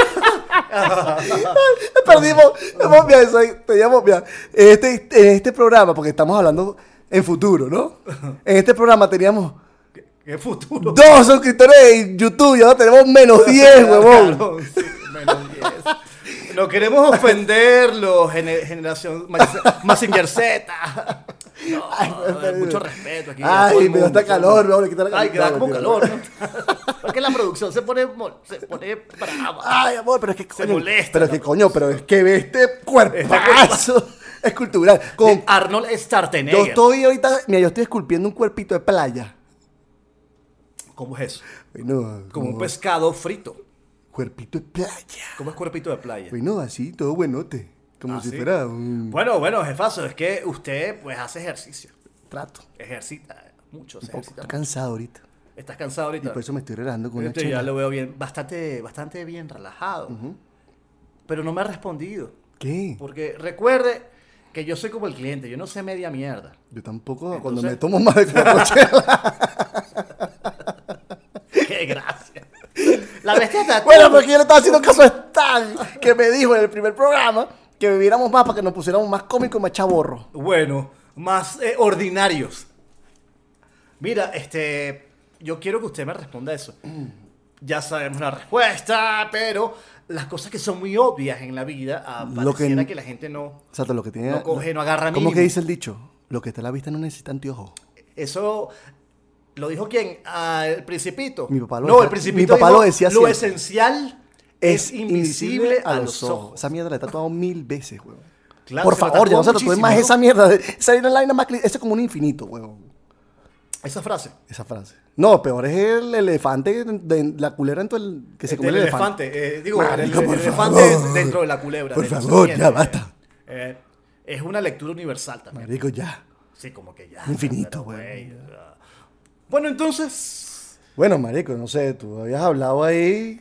Perdimos. Vamos, mira, soy- te llamo, mira, en este, en este programa, porque estamos hablando en futuro, ¿no? En este programa teníamos ¿Qué futuro? dos suscriptores en YouTube y ahora tenemos menos 10, huevón. Claro, sí, menos 10. No queremos ofenderlo, gene- generación Massinger Z. No, mucho respeto aquí. a Ay, todo el me da mundo, hasta calor, me le quitar la Ay, que da calentada, como tío. calor. ¿no? Porque la producción se pone, mol- se pone brava. Ay, amor, pero es que coño. molesta Pero es la que coño, pero es que ve este cuerpazo. Es cultural. Con- Arnold yo Schwarzenegger. estoy ahorita, mira, yo estoy esculpiendo un cuerpito de playa. ¿Cómo es eso? Bueno, Como un pescado frito. Cuerpito de playa. ¿Cómo es cuerpito de playa? Bueno, así, todo buenote. Como Ah, si ¿sí? fuera un Bueno, bueno, jefazo, es que usted pues hace ejercicio. trato. Ejercita mucho, se Un poco. ejercita Estoy cansado ahorita. mucho. Estás cansado ahorita. Y por eso me estoy relajando con una Este, ya chela. lo veo bien, bastante, bastante bien relajado. Pero no me ha respondido. ¿Qué? Porque recuerde que yo soy como el cliente, yo no sé media mierda. Yo tampoco, cuando Entonces- me tomo más de cuatro chelas. Qué gracia. La bestia tatuada. Bueno, porque yo le estaba haciendo caso a Stan, que me dijo en el primer programa que bebiéramos más para que nos pusiéramos más cómicos y más chaborros. Bueno, más eh, ordinarios. Mira, este, yo quiero que usted me responda eso. Ya sabemos la respuesta, pero las cosas que son muy obvias en la vida, ah, Lo que pareciera n- que la gente no... Exacto, lo que tiene. No coge, no agarra ¿Cómo mínimo. que dice el dicho? Lo que está a la vista no necesita anteojos. Eso ¿Lo dijo quién? Ah, el principito. Mi papá lo no, decía- el principito mi papá dijo, lo decía Lo siempre". esencial es invisible a los ojos. Esa mierda la he tatuado mil veces, huevón. Claro, Por se la favor, ya tatuó no se tatúen muchísimo, más ¿no? esa mierda. Esa es la vaina más cli- Eso es como un infinito, huevón. Esa frase. Esa frase. No, peor es el elefante, de la culera en tu el, que se Este, come el, elefante. eh, digo, Marico, el, el por elefante favor. dentro de la culebra. Por de los favor, serpientes. ya basta. Eh, es una lectura universal también. Marico, ya. Sí, como que ya. Infinito, pero, güey. güey, ya. Bueno, entonces. Bueno, marico, no sé, tú habías hablado ahí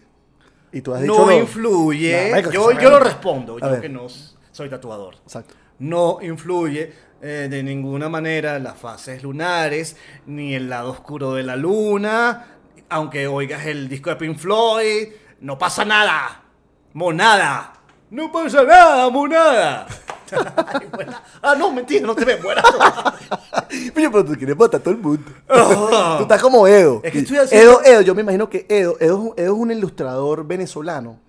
y tú has dicho... No lo- influye. No, marico, yo, que- yo lo respondo. A Yo ver. que no s- soy tatuador. Exacto. No influye eh, de ninguna manera las fases lunares, ni el lado oscuro de la luna. Aunque oigas el disco de Pink Floyd, no pasa nada. Monada. No pasa nada, monada. Ay, buena. ah, no, mentira, no te me mueras. Oye, pero tú quieres matar a todo el mundo. tú estás como Edo. Es que estoy haciendo- Edo, Edo, yo me imagino que Edo, Edo, es un- Edo es un ilustrador venezolano.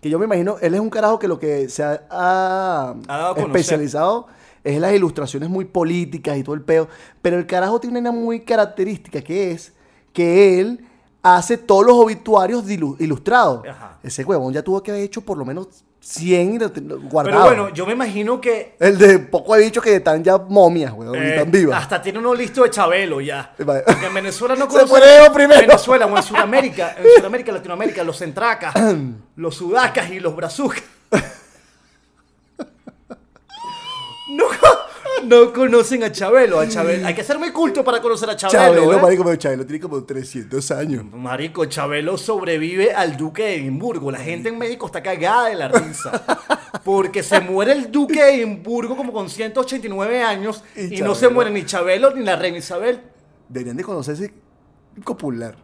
Que yo me imagino, él es un carajo que lo que se ha, ha Ha dado a conocer. especializado es las ilustraciones muy políticas y todo el peo. Pero el carajo tiene una muy característica que es que él hace todos los obituarios de ilu- ilustrados. Ajá. Ese huevón ya tuvo que haber hecho por lo menos 100 ilu- Pero guardados. bueno, yo me imagino que el de poco he dicho que están ya momias, huevón, y Eh, están vivas. Hasta tiene uno listo de Chabelo ya. Eh, vale. Porque en Venezuela no Se conoce. fue Evo primero. Venezuela o en Sudamérica, en Sudamérica, Latinoamérica, los centracas, los sudacas y los brazucas. No, no conocen a Chabelo, a Chabelo. Hay que ser muy culto para conocer a Chabelo. Chabelo, ¿eh? marico, pero Chabelo tiene como 300 años. Marico, Chabelo sobrevive al duque de Edimburgo. La gente en México está cagada de la risa. Porque se muere el duque de Edimburgo como con 189 años Y y, no Chabelo. se muere ni Chabelo ni la reina Isabel. Deberían de conocerse copular.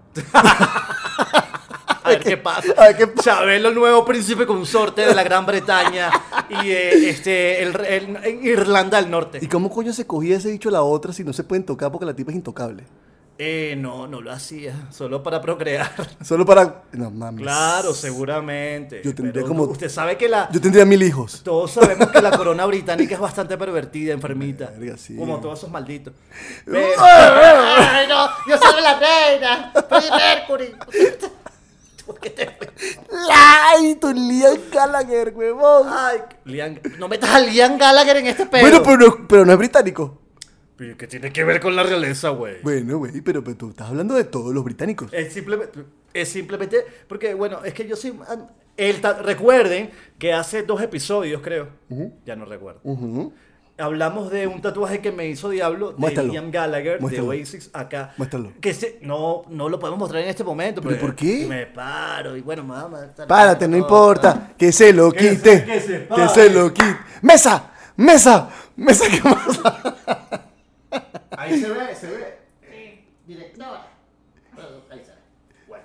A ver qué pasa. a ver qué pasa. Chabelo, el nuevo príncipe consorte de la Gran Bretaña y eh, este, el, el- en Irlanda del ¿Y Norte. cómo coño se cogía ese bicho a la otra si no se pueden tocar porque la tipa es intocable? Eh, no, no lo hacía. Solo para procrear. Solo para. No mames. Claro, seguramente. Yo tendría Pero como- Usted sabe que la, Yo tendría mil hijos. Todos sabemos que la corona británica es bastante pervertida, enfermita. Verga, sí. Como todos esos malditos. Ve- Ay, no, yo soy la reina. Soy Mercury. ¡Ay, tu Liam Gallagher, huevón! Ay, Liam- no Metas metas a Liam Gallagher en este pedo. Bueno, pero no, pero no es británico. a... ¿Qué tiene que ver con la realeza, güey? Bueno, güey, pero, pero tú estás hablando de todos los británicos. Es simplemente, es simplemente... Porque, bueno, es que yo soy... ah, el ta- recuerden que hace dos episodios, creo. Ya no recuerdo. Ujú. Hablamos de un tatuaje que me hizo Diablo de Muéstralo. Liam Gallagher Muéstralo. de Oasis acá. Muéstralo. Que se- no, no lo podemos mostrar en este momento. ¿Pero porque por qué? Me paro y bueno, mamá. tal- Párate, no todo, tal. importa. Que se lo Que se- quite. que se Que pare. se lo quite. ¡Mesa! ¡Mesa! ¡Mesa que pasa? Ahí se ve, se ve. Directo. No, bueno, ahí está. Bueno,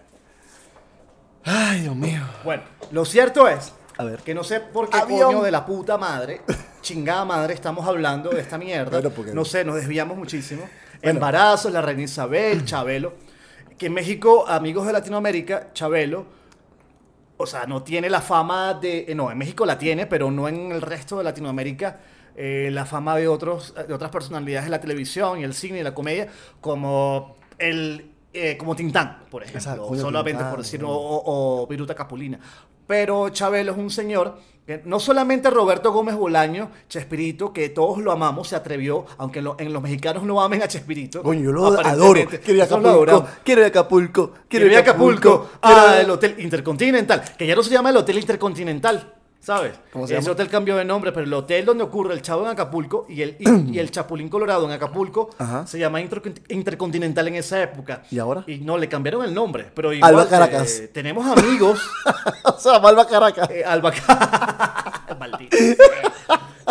Ay, Dios mío. bueno, lo cierto es A ver. que no sé por qué Avión. coño de la puta madre, chingada madre, estamos hablando de esta mierda. Bueno, porque- No sé, nos desviamos muchísimo. Embarazos, la reina Isabel, Chabelo. Que en México, amigos de Latinoamérica, Chabelo, o sea, no tiene la fama de... eh, No, en México la tiene, pero no en el resto de Latinoamérica. eh, la fama de, otros, de otras personalidades de la televisión y el cine y la comedia, como el... eh, como Tintán, por ejemplo. Exacto, coño, solamente Tintán, por decirlo, bueno. o, o Viruta Capulina. Pero Chabelo es un señor que no solamente Roberto Gómez Bolaño, Chespirito, que todos lo amamos, se atrevió, aunque lo- en los mexicanos no amen a Chespirito. Coño, yo lo adoro. aparentemente, Quiero ir a nosotros lo adoramos. Acapulco. Quiero ir a Acapulco. Quiero ir a Acapulco, Ah, quiero ir a- al Hotel Intercontinental, que ya no se llama el Hotel Intercontinental, ¿sabes? ¿Cómo se Ese llama? hotel cambió de nombre, pero el hotel donde ocurre el Chavo en Acapulco y el, y, y el Chapulín Colorado en Acapulco Ajá. se llama Intercon- Intercontinental en esa época. ¿Y ahora? Y no, le cambiaron el nombre, pero igual Alba Caracas. eh, tenemos amigos... o sea, Malva Caracas. Eh, albaca- Maldito.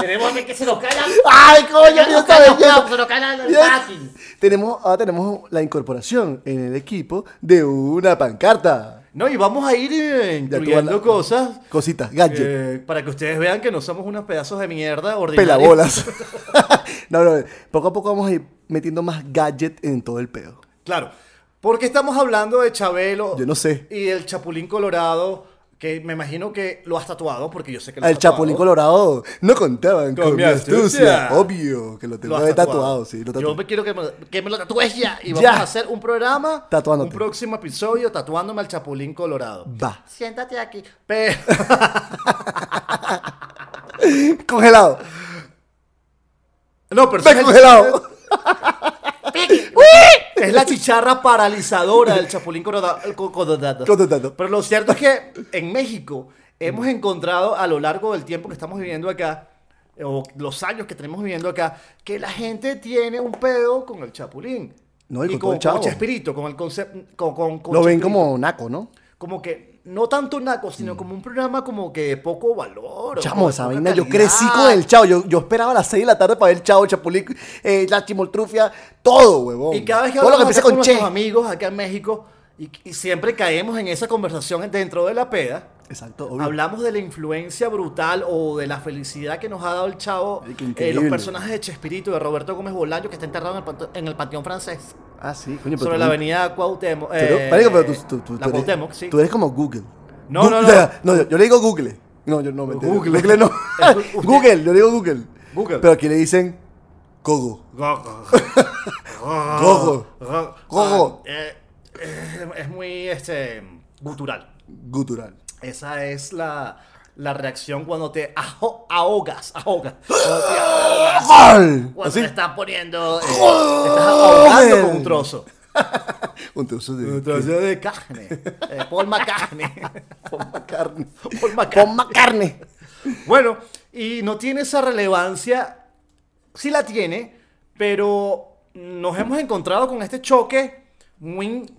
Tenemos que se nos caiga. ¡Ay, coño! Se Dios nos está caiga el belleza! culo, se nos caiga el Dios. backing. Tenemos, ahora tenemos la incorporación en el equipo de una pancarta. No, y vamos a ir eh, Ya tú incluyendo habla- cosas Cositas, gadget, eh, para que ustedes vean que no somos unos pedazos de mierda ordinarios. pelabolas. no, no, poco a poco vamos a ir metiendo más gadget en todo el pedo. Claro. Porque estamos hablando de Chabelo. Yo no sé. Y el Chapulín Colorado. que me imagino que lo has tatuado, porque yo sé que lo has Ah, El tatuado. Chapulín Colorado no contaban con, mi astucia. Obvio que lo Lo tengo has de tatuado, sí. Lo Yo tatué. me quiero que me, que me lo tatúes ya. Y vamos Ya. a hacer un programa, Tatuándote. un próximo episodio tatuándome al Chapulín Colorado. Va. Siéntate aquí. Pero, Congelado. no, pero Ve congelado. Es la chicharra paralizadora del Chapulín Colorado. co- colorado. Colorado. Pero lo cierto es que en México hemos encontrado a lo largo del tiempo que estamos viviendo acá, o los años que tenemos viviendo acá, que la gente tiene un pedo con el Chapulín. No, y con todo con, el chavo. con Chespirito, con el concepto. Con, con- con Lo ven Chespirito. como naco, ¿no? Como que no tanto naco, sino como un programa como que de poco valor. o Chamo, de esa poca vaina, yo calidad. crecí con el chavo. Yo, yo esperaba a las 6 de la tarde para ver el chavo, chapulín, eh, la chimoltrufia, todo, huevón. Y cada vez que todo lo que hablamos empecé acá con con Che. nuestros amigos acá en México, y, y siempre caemos en esa conversación dentro de la peda, Exacto, obvio. hablamos de la influencia brutal o de la felicidad que nos ha dado el chavo, Ay, qué eh, los increíble. personajes de Chespirito y de Roberto Gómez Bolaño, que está enterrado en el, panto- en el Panteón Francés, Ah, sí, coño, pero sobre tú- la avenida Cuauhtémoc. Pero, eh, marico, pero tú, tú, tú, la tú eres, Cuauhtémoc, sí. tú eres como Google. No, Gu- no, no. o sea, yo, yo le digo Google. No, yo no me Google. Google no. Es u- usted. Google, yo le digo Google. Google. Pero aquí le dicen Gogo. Gogo. Gogo. Ah, eh, eh, es muy este, gutural. Gutural. Esa es la, la reacción cuando te ajo- ahogas, ahogas. Cuando te ahogas, ¡Gol! cuando Así. te están poniendo, eh, te estás ahogando con un trozo. Un trozo de. Un trozo de carne, de polma carne. Pon más carne. Paul McCartney. Pon más carne. Bueno, y no tiene esa relevancia, sí la tiene, pero nos hemos encontrado con este choque muy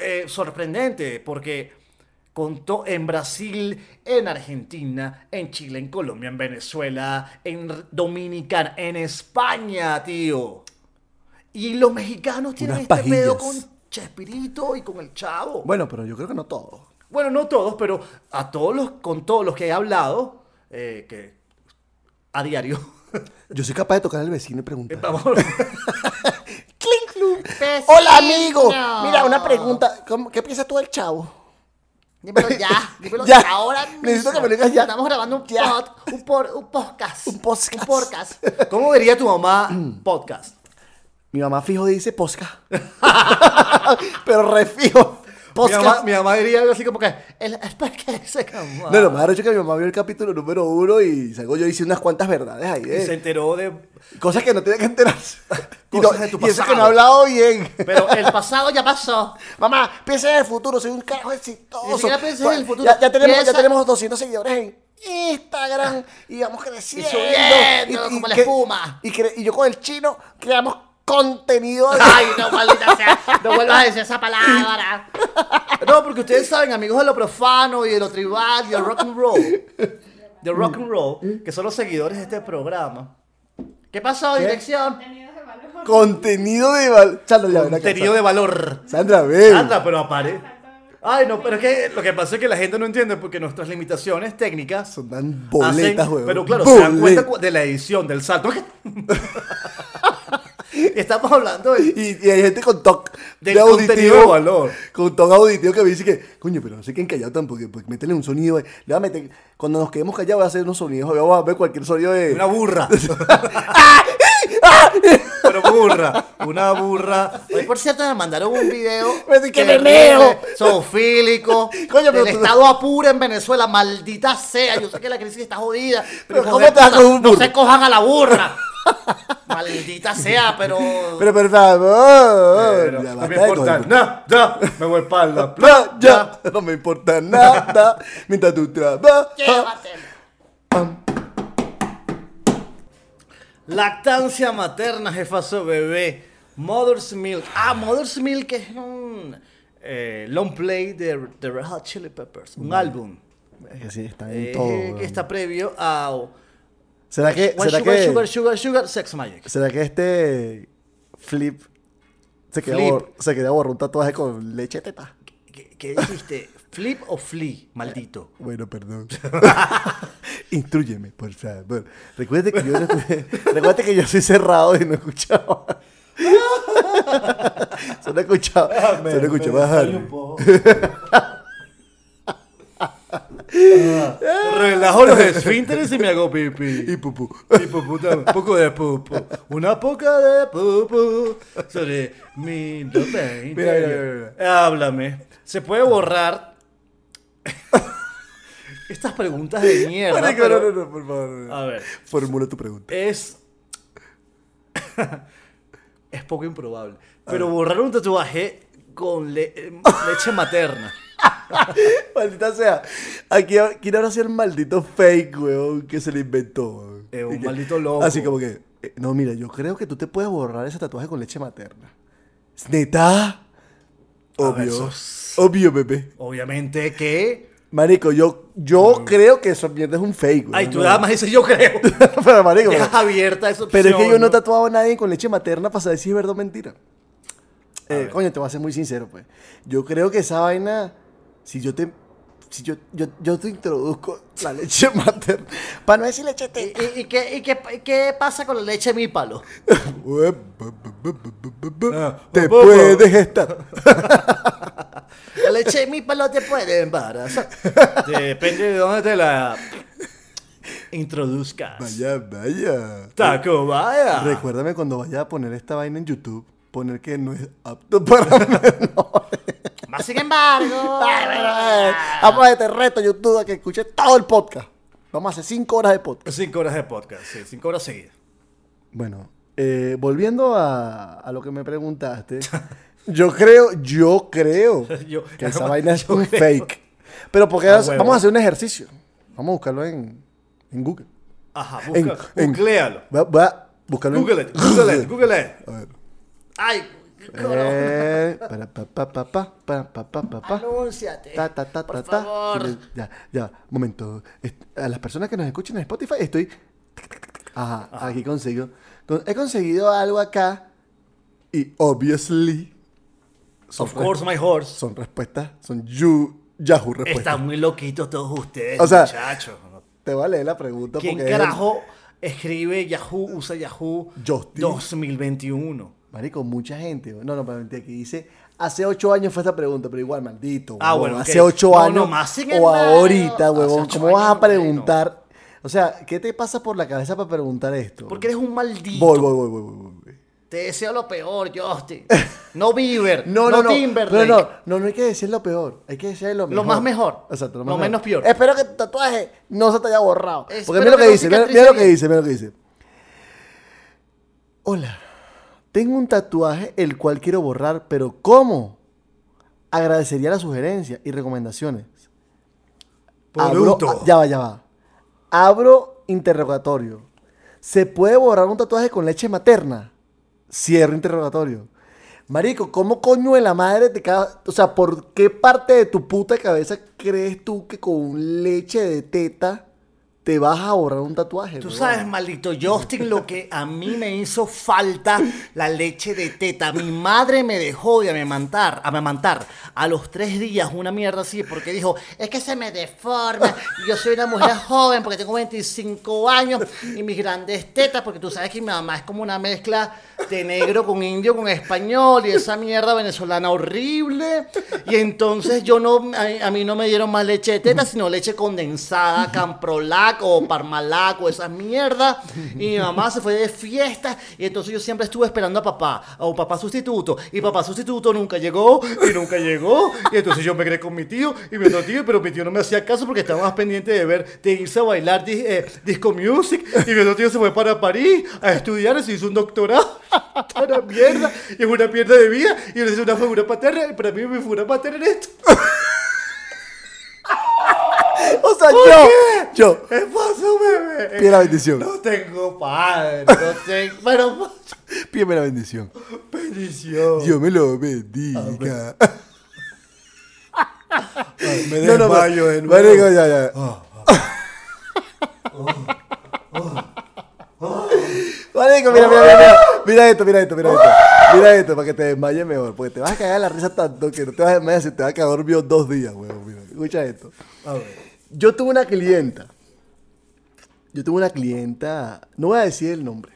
eh, sorprendente, porque contó en Brasil, en Argentina, en Chile, en Colombia, en Venezuela, en R- Dominicana, en España, tío. Y los mexicanos tienen Unas este pedo con pajillas. Chespirito y con el Chavo. Bueno, pero yo creo que no todo. Bueno, no todos, pero a todos los, con todos los que he hablado, eh, que a diario. Yo soy capaz de tocar al vecino y preguntar. Vamos. ¡Clink, clink! Vecino. Hola, amigo. Mira, una pregunta. ¿Cómo- ¿Qué piensas tú del chavo? Dímelo ya. Dímelo Ya. ahora Necesito mismo. que me lo digas ya. Estamos grabando un, Ya. pod, un, por, un podcast. Un podcast. Un podcast. ¿Cómo diría tu mamá podcast? Mi mamá fijo dice posca. pero refijo. Mi Posca. mamá, mi mamá diría algo así como que... El, el podcast se acabó. No, lo más hecho que mi mamá vio el capítulo número uno y salgo yo hice unas cuantas verdades ahí. y eh. se enteró de... Cosas que no tenía que enterarse. y, no- Cosas de tu y eso pasado. que no he hablado bien. Pero el pasado ya pasó. Mamá, piensa en el futuro, soy un carajo Ni exitoso. siquiera pienses en el Ya- futuro, Ya, tenemos, ya piensa- tenemos 200 seguidores en Instagram y vamos creciendo. Y subiendo como la cre- espuma. Y, cre- y yo con el chino creamos contenido. de- Ah, Ay, no, maldita sea. No vuelvas a decir esa palabra. No, porque ustedes saben, amigos de lo profano y de lo tribal y de rock and roll. De rock and roll, que son los seguidores de este programa. ¿Qué pasó, dirección? contenido de... val- Sandra, ya ven acá, Contenido de valor. Sandra, ven. Anda, pero apare. Ay, no, pero es que lo que pasa es que la gente no entiende porque nuestras limitaciones técnicas Son tan boletas, hacen- huevón. Pero claro, se dan cuenta Boletas. cu- de la edición, del salto. Estamos hablando de... Y, y hay gente con TOC Del de contenido de auditivo. valor. Con TOC auditivo que me dice que, coño, pero no sé quién callado tampoco. Porque métele un sonido. eh. Le va a meter. Cuando nos quedemos callados, voy a hacer unos sonidos. Vamos a ver cualquier sonido de. Una burra. Pero burra. Una burra. Hoy, por cierto, me mandaron un video. Pero sí que terrible, meneo. Zoofílico. Coño, pero del tú- estado apura en Venezuela. Maldita sea. Yo sé que la crisis está jodida. Pero Pero, hijos ¿cómo de te vas puta, con un No burro? se cojan a la burra. Maldita sea, pero. Pero por favor. Pero ya no me basta de importa coger- nada. Me voy para la No, playa. ya, no me importa nada. Mientras tú trabajas. Llévatelo. Lactancia materna, jefazo bebé. Mother's Milk. Ah, Mother's Milk es un eh, long play de The Red Hot Chili Peppers. Un álbum. Sí, está eh, que está previo a ¿Será que, One será, Sugar, que, Sugar, Sugar, Sugar, Sex Magic. será que este flip se queda, Flip. bor- se queda borrón un tatuaje con leche de teta? ¿Qué, qué dijiste? ¿Flip o flea? Maldito. Bueno, perdón. Instruyeme, por favor. Recuerde que yo, recuerde que yo soy cerrado y no escuchaba. Solo Ah, escuchaba. Solo escuchaba. Harry. Relajo los esfínteres y me hago pipí. Y pupú. Y pupú tam- pues, un poco de pupu. Una poca de pupu sobre mi domain. Mira, mira, mira, Háblame. ¿Se puede borrar estas preguntas de mierda? Marico, pero- no, no, no, por favor. no. A ver, Formula tu pregunta. es... es poco improbable. Pero borrar un tatuaje con le- eh, leche materna. Maldita sea. Aquí, ah, ¿Quién habrá sido el maldito fake, weón, que se le inventó? weón? Eh, un Y que- maldito loco. Así como que, eh, no, mira, yo creo que tú te puedes borrar ese tatuaje con leche materna. ¿Neta? ver, Obvio. sos- Obvio, bebé. Obviamente que... Marico, yo, yo creo que eso mierda es un fake, weón. Ay, tú no. nada más dices yo creo. Pero, marico, Dejas pero, abierta esa pero es que opción, yo no he tatuado a nadie con leche materna para saber si es verdad o mentira. Eh, coño, te voy a ser muy sincero, pues. Yo creo que esa vaina, si yo te... Si yo, yo, yo te introduzco la leche materna. Para no decir leche ¿Y, te... y- y qué, y qué, qué pasa con la leche de mi palo? Te poco. puedes estar. La leche de mi palo te puede embarazar. Depende de dónde te la introduzcas. Vaya, vaya. Tacubaya. Recuérdame cuando vaya a poner esta vaina en YouTube, poner que no es apto para menores. Más sin embargo. Vamos a este reto, YouTube, a que escuche todo el podcast. Vamos a hacer 5 horas de podcast. Cinco horas de podcast, sí, cinco horas seguidas. Bueno, eh, volviendo a, a lo que me preguntaste, yo creo, yo creo Yo- que esa vaina es un creo. fake. Pero porque Ah, hace- huevo. vamos a hacer un ejercicio. Vamos a buscarlo en, en Google. Ajá, En- busca, en- googlealo. Voy a, voy a buscarlo en- Google it, Google it, Google it. A ver. Ay, Eh, para, pa, pa, pa, pa, pa, pa, pa, pa, pa. anúnciate. Ta, ta, ta, Por ta, ta. favor. Sí, Ya, ya, momento. Est- A las personas que nos escuchan en Spotify, estoy. Ajá, aquí consigo. con- He conseguido algo acá. Y obviously. Son, Of re- course, my horse. son respuestas. Son you- Yahoo respuestas. Están muy loquitos todos ustedes, O sea, muchachos. Te voy a leer la pregunta ¿Quién porque. es el- carajo escribe Yahoo, usa Yahoo Justin. 2021? Marico, mucha gente. No, no, pero mentira, aquí dice. Hace ocho años fue esta pregunta, pero igual, maldito. Ah, huevón, bueno, ok. Hace ocho No, años. no, más sin o embargo, ahorita, hace huevón. ocho ¿Cómo vas a años, bueno. preguntar? O sea, ¿qué te pasa por la cabeza para preguntar esto? Porque eres un maldito. Voy, voy, voy, voy, voy, voy, voy. Te deseo lo peor, Justin. No Bieber. No, no, no. No, Timberlake. no, no, no hay que decir lo peor. Hay que decir lo mejor. más mejor. Exacto, lo, Lo más menos peor. Espero que tu tatuaje no se te haya borrado. Porque Espero mira lo que que no dice, mira, cicatrice mira lo que bien. dice, mira lo que dice. Hola. Tengo un tatuaje el cual quiero borrar, pero ¿cómo? Agradecería las sugerencias y recomendaciones. Abro, Producto. ah, ya va, ya va. Abro interrogatorio. ¿Se puede borrar un tatuaje con leche materna? Cierro interrogatorio. Marico, ¿cómo coño de la madre te caga? O sea, ¿por qué parte de tu puta cabeza crees tú que con leche de teta te vas a borrar un tatuaje? Tú weón? sabes, maldito Justin, lo que a mí me hizo falta la leche de teta. Mi madre me dejó de amamantar, amamantar a los tres días una mierda así porque dijo, es que se me deforma. y Yo soy una mujer joven porque tengo 25 años y mis grandes tetas, porque tú sabes que mi mamá es como una mezcla de negro con indio, con español y esa mierda venezolana horrible. Y entonces yo no, a, a mí no me dieron más leche de teta, sino leche condensada, camprolac o parmalac o esas mierdas. Y mi mamá se fue de fiesta y entonces yo siempre estuve esperando a papá, a un papá sustituto. Y papá sustituto nunca llegó y nunca llegó. Y entonces yo me quedé con mi tío y mi otro tío, pero mi tío no me hacía caso porque estaba más pendiente de ver, de irse a bailar dis- eh, disco music. Y mi otro tío se fue para París a estudiar, se hizo un doctorado. Está Una mierda, y es una mierda de vida. Y yo le hice una figura paterna, y para mí mi figura paterna es esto. O sea, yo, yo, ¿Qué pasó, bebé? pide la bendición. No tengo padre, no tengo... Pero, Pídeme la bendición. bendición. Dios me lo bendiga. me No, no, desmayo no. de nuevo. Ah, Marico, ya, ya. ah. Marico, mira, mira, mira, mira. Mira esto, mira esto, mira esto. Mira esto para que te desmayes mejor. Porque te vas a cagar de la risa tanto que no te vas a desmayar si te vas a quedar dormido dos días, weón. Mira, escucha esto. A ver. Yo tuve una clienta. Yo tuve una clienta. No voy a decir el nombre.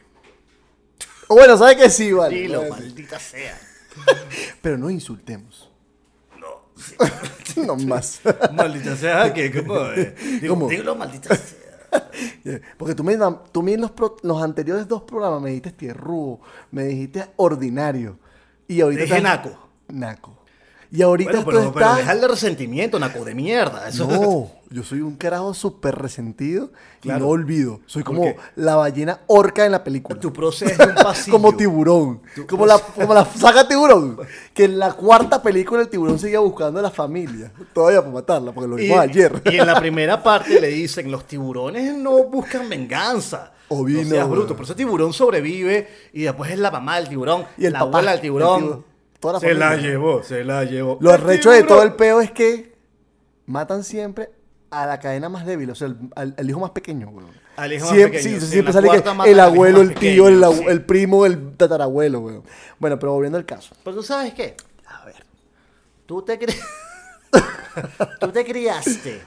O bueno, ¿sabes que sí, vale? Dilo, Voy a decir. maldita sea. Pero no insultemos. no más. Maldita sea, que como. eh, digo, ¿Cómo? digo, maldita sea. Eh, Porque tú, me, nam- tú me en los, pro- los anteriores dos programas me dijiste tierrugo, me dijiste ordinario. Y ahorita. Te dije estás- naco. Naco. Y ahorita Bueno, pero, tú pero estás. dejarle resentimiento, naco de mierda. Eso No, yo soy un carajo súper resentido y Claro. no olvido. Soy como Porque- la ballena orca en la película. Tu proceso es un pasillo. como tiburón. Como pues. la, como la saga tiburón. Que en la cuarta película el tiburón seguía buscando a la familia. Todavía para matarla, porque lo Y, vimos ayer. y en la primera parte le dicen, los tiburones no buscan venganza. Obvio, no seas no, bruto. weón. Por eso el tiburón sobrevive y después es la mamá del tiburón. Y el la papá, abuela del el tiburón. tiburón, toda la se la familia. llevó, se la llevó. Lo ¡El arrecho de tiburón! todo el peo es que matan siempre a la cadena más débil, o sea, el- al, al hijo más pequeño, weón. Al hijo más Siempre- pequeño, sí, sí, siempre en la sale cuarta que matan el al hijo abuelo, más el tío, el, pequeño, abu- sí. el primo, el tatarabuelo, weón. Bueno, pero volviendo al caso. Pero tú sabes qué? A ver. Tú te, cri- tú te criaste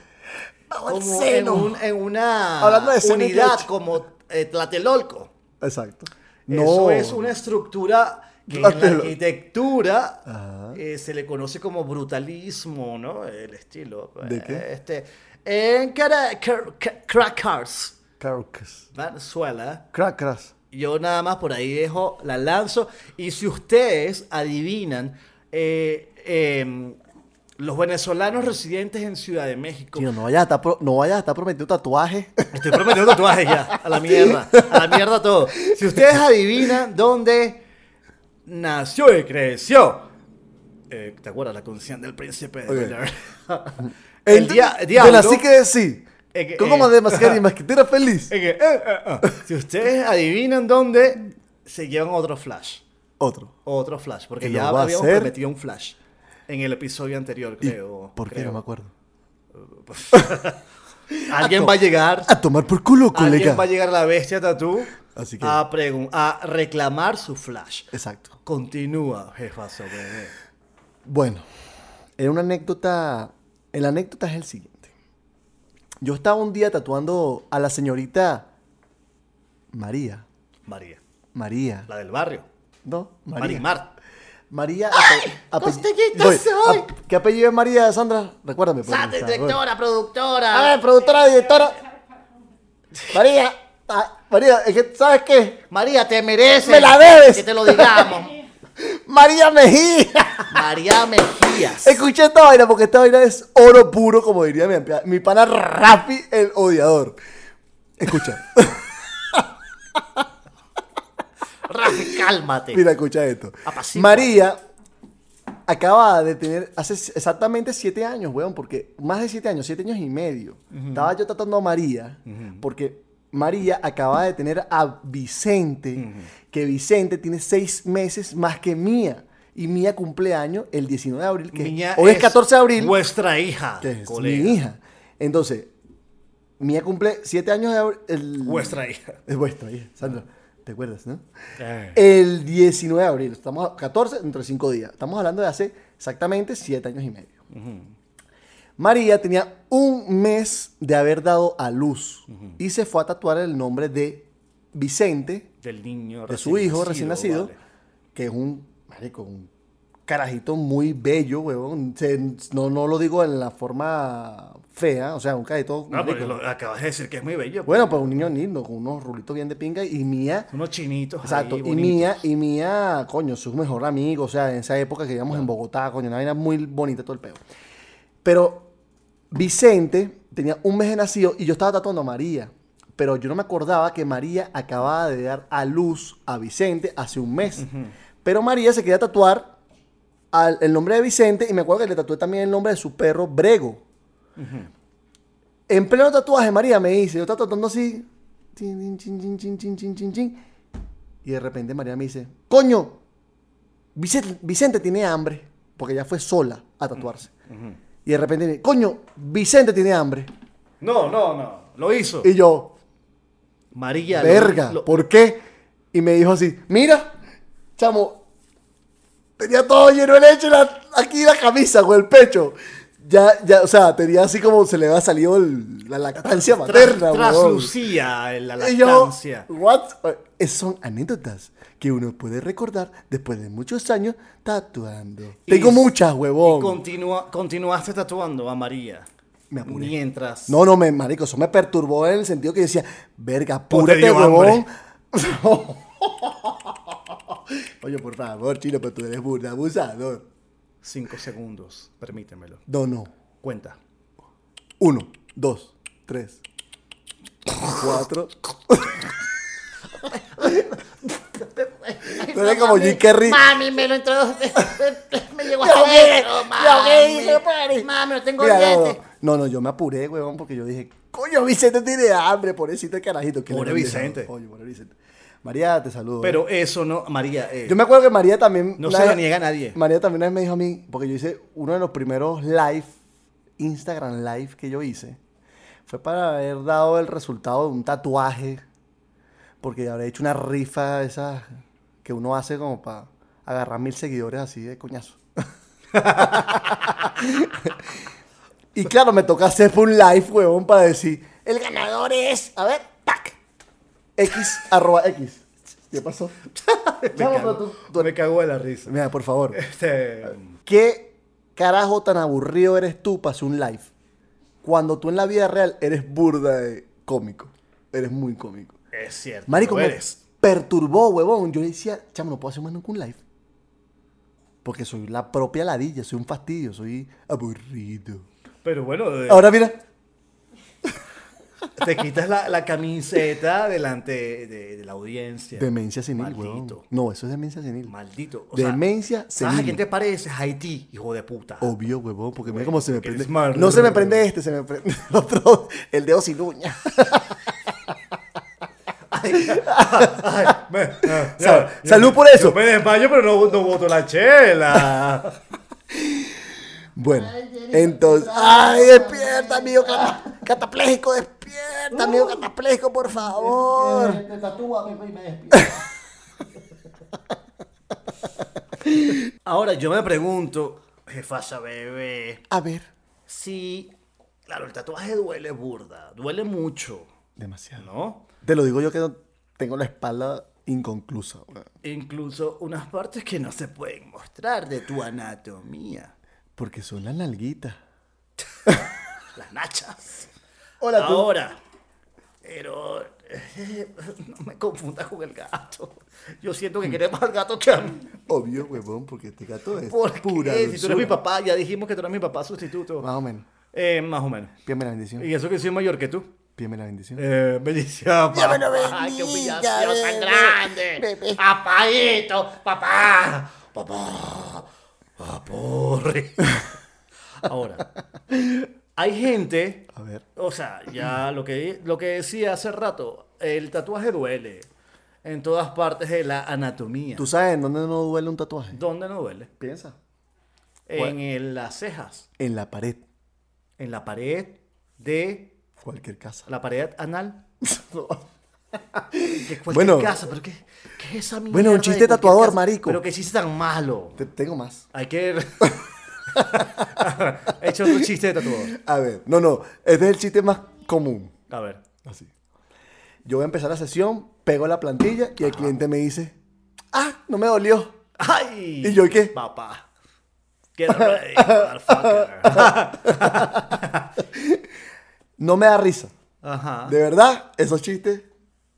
como en, un- en Hablando una de seno y unidad leche. como eh, Tlatelolco. Exacto. Eso es una estructura que en la Tlatelol- arquitectura eh, se le conoce como brutalismo, ¿no? El estilo. ¿De qué? Este, en Cara- Car- Ca- Crackers, Caracas. Venezuela, Cracras. yo nada más por ahí dejo, la lanzo. Y si ustedes adivinan, eh, em, los venezolanos residentes en Ciudad de México. Tío, no vayas a estar, pro- no vayas a estar prometiendo tatuajes. Estoy prometiendo tatuajes ya, a la mierda, a la mierda todo. Si ustedes adivinan dónde nació y creció, eh, ¿te acuerdas la canción del príncipe de Ok. Bel-Air? El dia- De diablo. la sí que sí. Eh, que- ¿Cómo eh, de mascarilla y masquetera feliz? Eh, que, eh, eh, eh. Si ustedes adivinan dónde, se llevan otro flash. Otro. Otro flash, porque ¿Que ya lo va a habíamos hacer? prometido un flash en el episodio anterior, ¿Y creo. ¿Por qué? creo. No me acuerdo. Alguien va a llegar A tomar por culo, colega. Alguien va a llegar la bestia tatú Así que- a, pregun- a reclamar su flash. Exacto. Continúa, jefazo. bebé. Bueno, era una anécdota. La anécdota es el siguiente. Yo estaba un día tatuando a la señorita María. María, María. la del barrio. ¿No? María. Marimar. María. ape- ape- costeñita Oye, soy. ap- ¿Qué apellido es María, Sandra? Recuérdame. pues, por favor. productora. A ver, Ah, productora, directora. María. ah, María, es que, ¿sabes qué? María, te mereces. ¡Me la debes! Que te lo digamos. María Mejía. María Mejías. Escuché esta vaina porque esta vaina es oro puro, como diría mi, ampi- mi pana Rafi, el odiador. Escucha, Rafi, cálmate. mira, escucha esto. Apacigua. María acaba de tener, hace exactamente siete años, weón, porque más de siete años, siete años y medio. Estaba yo tratando a María, porque María acaba de tener a Vicente, que Vicente tiene seis meses más que Mía. Y Mía cumpleaños el 19 de abril, que Miña hoy es 14 de abril. Vuestra hija. que es Ah, colega. mi hija. Entonces, Mía cumple siete años de abri- el- Vuestra hija. Ah. Es vuestra hija, Sandra. ¿Te acuerdas, no? Eh. El 19 de abril. Estamos a 14 entre 5 días. Estamos hablando de hace exactamente siete años y medio. María tenía un mes de haber dado a luz y se fue a tatuar el nombre de Vicente, Del niño de su hijo recién nacido, vale. que es un, marico, un carajito muy bello, huevón. Se- no, no lo digo en la forma fea, o sea, un carajito... No, marico. Ah, pero lo- acabas de decir que es muy bello. Bueno, pues un niño lindo, con unos rulitos bien de pinga y Mía... Unos chinitos. ahí Exacto, y bonitos. Mía, y Mía, coño, su mejor amigo, o sea, en esa época que íbamos en Bogotá, coño, una vaina muy bonita todo el peo. Pero Vicente tenía un mes de nacido y yo estaba tatuando a María. Pero yo no me acordaba que María acababa de dar a luz a Vicente hace un mes. Pero María se quería tatuar al- el nombre de Vicente y me acuerdo que le tatué también el nombre de su perro, Brego. En pleno tatuaje, María me dice, yo estaba tatuando así. tin, tin, chin, chin, chin, chin, chin, chin, chin. Y de repente María me dice, coño, Vicente, Vicente tiene hambre. Porque ella fue sola a tatuarse. Y de repente me dice, coño, Vicente tiene hambre. No, no, no. Lo hizo. Y yo, María. lo- verga, lo- ¿por qué? Y me dijo así, mira, chamo, tenía todo lleno de leche la- aquí la camisa con el pecho. Ya, ya, o sea, tenía así como se le había salido el- la lactancia materna, weón. Traslucía en la Y yo, lactancia. what? Esas son anécdotas que uno puede recordar después de muchos años tatuando. Y- Tengo muchas, huevón. Continúa, continuaste tatuando a María. Me apuré. Mientras. No, no, me, marico, eso me perturbó en el sentido que decía, verga, Ponte apúrate, dio huevón. hambre. Oye, por favor, chino, pero tú eres burda, abusador. Cinco segundos, permítemelo. No, no. Cuenta. Uno, dos, tres, cuatro. Tú eres como Jim Carrey. Mami, me lo entró. me llegó Yo hasta qué- adentro, yo qué hice, mami. pari. Mami, no tengo Mira, no, dientes. no, no, no, yo me apuré, huevón, porque yo dije, coño, Vicente tiene hambre, pobrecito el carajito. que le Pobre habían Vicente. dejado. Oye, pobre Vicente. María, te saludo. Pero eso no, María. eh, Yo me acuerdo que María también. No una se lo vez- niega a nadie. María también una vez me dijo a mí, porque yo hice uno de los primeros live, Instagram live que yo hice, fue para haber dado el resultado de un tatuaje, porque habré hecho una rifa de esas que uno hace como para agarrar mil seguidores así de coñazo. y claro, me toca hacer fue un live, huevón, para decir, el ganador es, a ver, tac, x arroba x. ¿Qué pasó? Chamo, pero tú- me cago de la risa. Mira, por favor. Este, ¿Qué carajo tan aburrido eres tú para hacer un live? Cuando tú en la vida real eres burda de cómico. Eres muy cómico. es cierto. Marico, lo me eres. perturbó, huevón. Yo decía, chamo, no puedo hacer más nunca un live. Porque soy la propia ladilla, soy un fastidio, soy aburrido. Pero bueno, eh, Ahora mira, te quitas la, la camiseta delante de, de la audiencia. demencia senil, Maldito. huevón. No, eso es demencia senil. Maldito. O sea, Demencia ¿Sabes a senil. quién Oh. te pareces? Haití, hijo de puta. Obvio, huevón, porque mira cómo se me que prende. eres mar- No se me prende este, se me prende el otro, el dedo sin uña. Ay, me- ah, Sal- ya, salud yo- por eso. Yo me desmayo, pero no, no boto la chela. Bueno, entonces. ¡Ay, despierta, amigo cata- catapléjico! ¡Despierta, amigo catapléjico, por favor! Te tatúa, me, me despido. Ahora yo me pregunto, jefasa bebé, A ver. si. Claro, el tatuaje duele burda, duele mucho, Demasiado. ¿no? Te lo digo yo que no- tengo la espalda inconclusa. weón. Incluso unas partes que no se pueden mostrar de tu anatomía. Porque son las nalguitas. Las nachas. Hola, tú. Ahora. Pero. eh, no me confundas con el gato. Yo siento que queremos al gato que a mí. Obvio, huevón, porque este gato es Porque pura. si tú eres mi dulzura. Ah. papá, ya dijimos que tú eres mi papá sustituto. Más o menos. Eh, más o menos. Pídeme la bendición. Y eso que soy mayor que tú. Pídeme la bendición. Eh, bendición, papá. Ay, qué humillación tan grande. Apaguito, Papá. Papá. Papurri. Ahora, hay gente. A ver. O sea, ya lo que, lo que decía hace rato, el tatuaje duele en todas partes de la anatomía. ¿Tú sabes en dónde no duele un tatuaje? ¿Dónde no duele? Piensa. En el- las cejas, En la pared. en la pared de Cualquier casa. la pared anal. Que cualquier Bueno. casa, pero ¿qué, qué es esa mierda Bueno, un de chiste cualquier tatuador, casa? marico. Pero que chiste tan malo. Te- tengo más. Hay que... He hecho otro chiste de tatuador. A ver. No, no. Este es el chiste más común. A ver. Así. Yo voy a empezar la sesión, pego la plantilla y el cliente me dice, ah, no me dolió. ¡Ay! ¿Y yo qué? Papá. Get ready, motherfucker. No me da risa. Ajá. De verdad, esos chistes.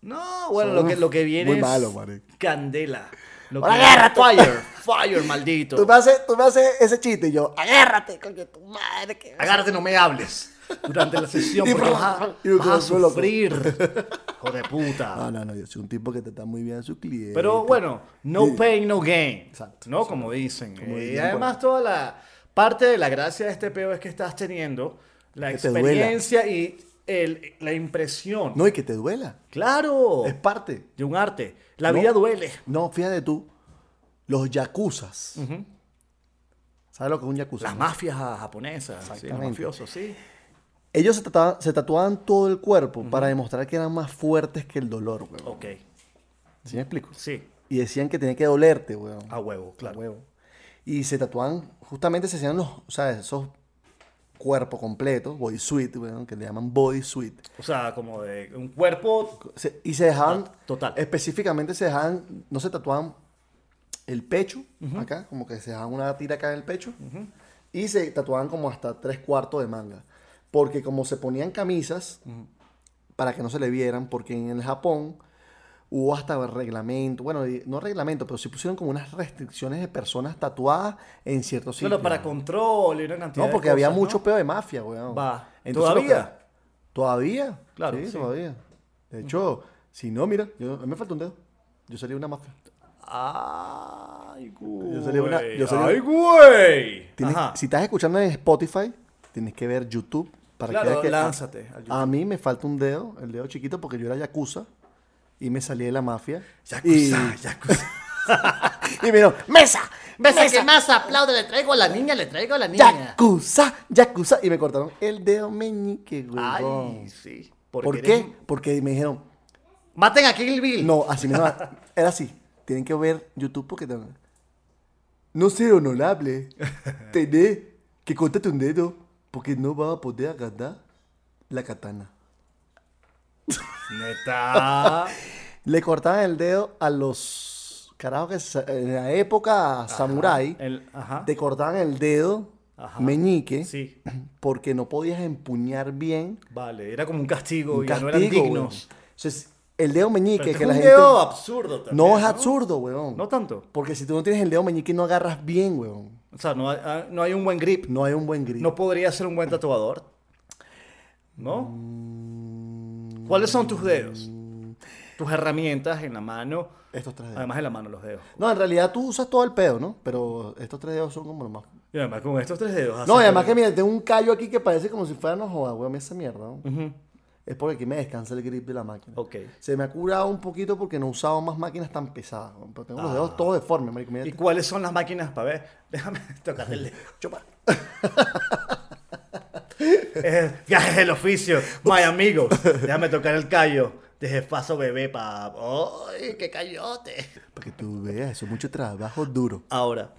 No, bueno, lo que, lo que viene muy es malo, marico. candela. Lo que Ahora agárrate. fire, fire, maldito. Tú me, haces, tú me haces ese chiste y yo, "Ah". Agárrate, coño, tu madre. Que... Agárrate, no me hables. Durante la sesión, Y porque bla, vas, a- y me vas a vuelvo loco. sufrir. Hijo de puta. no, no, no, yo soy un tipo que trata muy bien a su cliente. Pero bueno, no pain, no gain. Exacto, ¿No? Como dicen. Como Eh, y dirían por además, toda la parte de la gracia de este peo es que estás teniendo la Que te duela. experiencia y el- la impresión. No, y que te duela. Claro. Es parte. De un arte. La No. vida duele. No, fíjate tú, los yakuzas. ¿Sabes lo que es un yakuza? Las no? mafias japonesas, sí, los Exactamente. mafiosos, sí. Ellos se tatuaban, se tatuaban todo el cuerpo para demostrar que eran más fuertes que el dolor, weón. Ok, ¿Sí me explico? sí, Y decían que tenía que dolerte, weón. a Ah, huevo, claro. huevo. Y se tatúan, justamente se hacían los, o sea, esos cuerpo completo, bodysuit, weón, que le llaman bodysuit. O sea, como de un cuerpo. Se- y se dejaban, Ah, Total. específicamente se dejaban, no se tatuaban el pecho, acá, como que se dejaban una tira acá en el pecho, y se tatuaban como hasta tres cuartos de manga. Porque como se ponían camisas, para que no se le vieran, porque en el Japón hubo hasta reglamento, bueno, y- no reglamento, pero sí pusieron como unas restricciones de personas tatuadas en ciertos sitios. bueno, para control y una cantidad. No, porque de había cosas, ¿no? mucho peo de mafia, weón. Va. lo que- ¿Todavía? ¿Todavía? Claro, Sí, sí. todavía. De hecho, si no, mira, yo, a mí me falta un dedo. Yo sería una mafia. Ay, güey. Yo sería una- yo sería- Ay, güey. Tienes- Ajá. si estás escuchando en Spotify, tienes que ver YouTube para Claro, que veas que. lánzate al A, a mí me falta un dedo, el dedo chiquito, porque yo era yakuza y me salí de la mafia. Yakuza, yakuza. Y, y me dijeron, ¡Mesa! Besa ¡Mesa! que más aplaude, le traigo a la niña, le traigo a la niña. ¡Yakuza! ¡Yakuza! Y me cortaron el dedo meñique, Ay, güey. sí. ¿Por eres- qué? Porque me dijeron, Maten a Kill Bill. No, así mismo. Era así. Tienen que ver YouTube porque te- No ser honorable. Tenés que cortarte un dedo porque no va a poder agarrar la katana. Neta. Le cortaban el dedo a los carajos que sa- en la época samurai el- ajá. te cortaban el dedo Ajá. meñique Sí. porque no podías empuñar bien. Vale, era como un castigo un y ya no eran castigo, dignos. weón. Entonces, el dedo meñique Pero este que es la un gente dedo absurdo también. no es absurdo, weón. No tanto. Porque si tú no tienes el dedo meñique no agarras bien, weón. O sea, no hay, ah, no hay un buen grip. No hay un buen grip. No podría ser un buen tatuador. ¿No? ¿Cuáles son tus dedos? Tus herramientas en la mano. Estos tres dedos. Además de la mano, los dedos. No, en realidad tú usas todo el pedo, ¿no? Pero estos tres dedos son como los más. Y además con estos tres dedos. haces No, y además todo. que mira, tengo un callo aquí que parece como si fuera no joda, weón, esa mierda. ¿no? Es porque aquí me descansa el grip de la máquina. Ok. Se me ha curado un poquito porque no he usado más máquinas tan pesadas, weón, Pero tengo los dedos todos deformes, marico. mira Ah. ¿Y este. cuáles son las máquinas para ver? Déjame tocarte el dedo. Chupa. Eh, viajes del oficio, my amigos. Déjame tocar el callo. Desde paso bebé pa. ¡Ay, qué callote! Para que tú veas, eso es mucho trabajo duro. Ahora,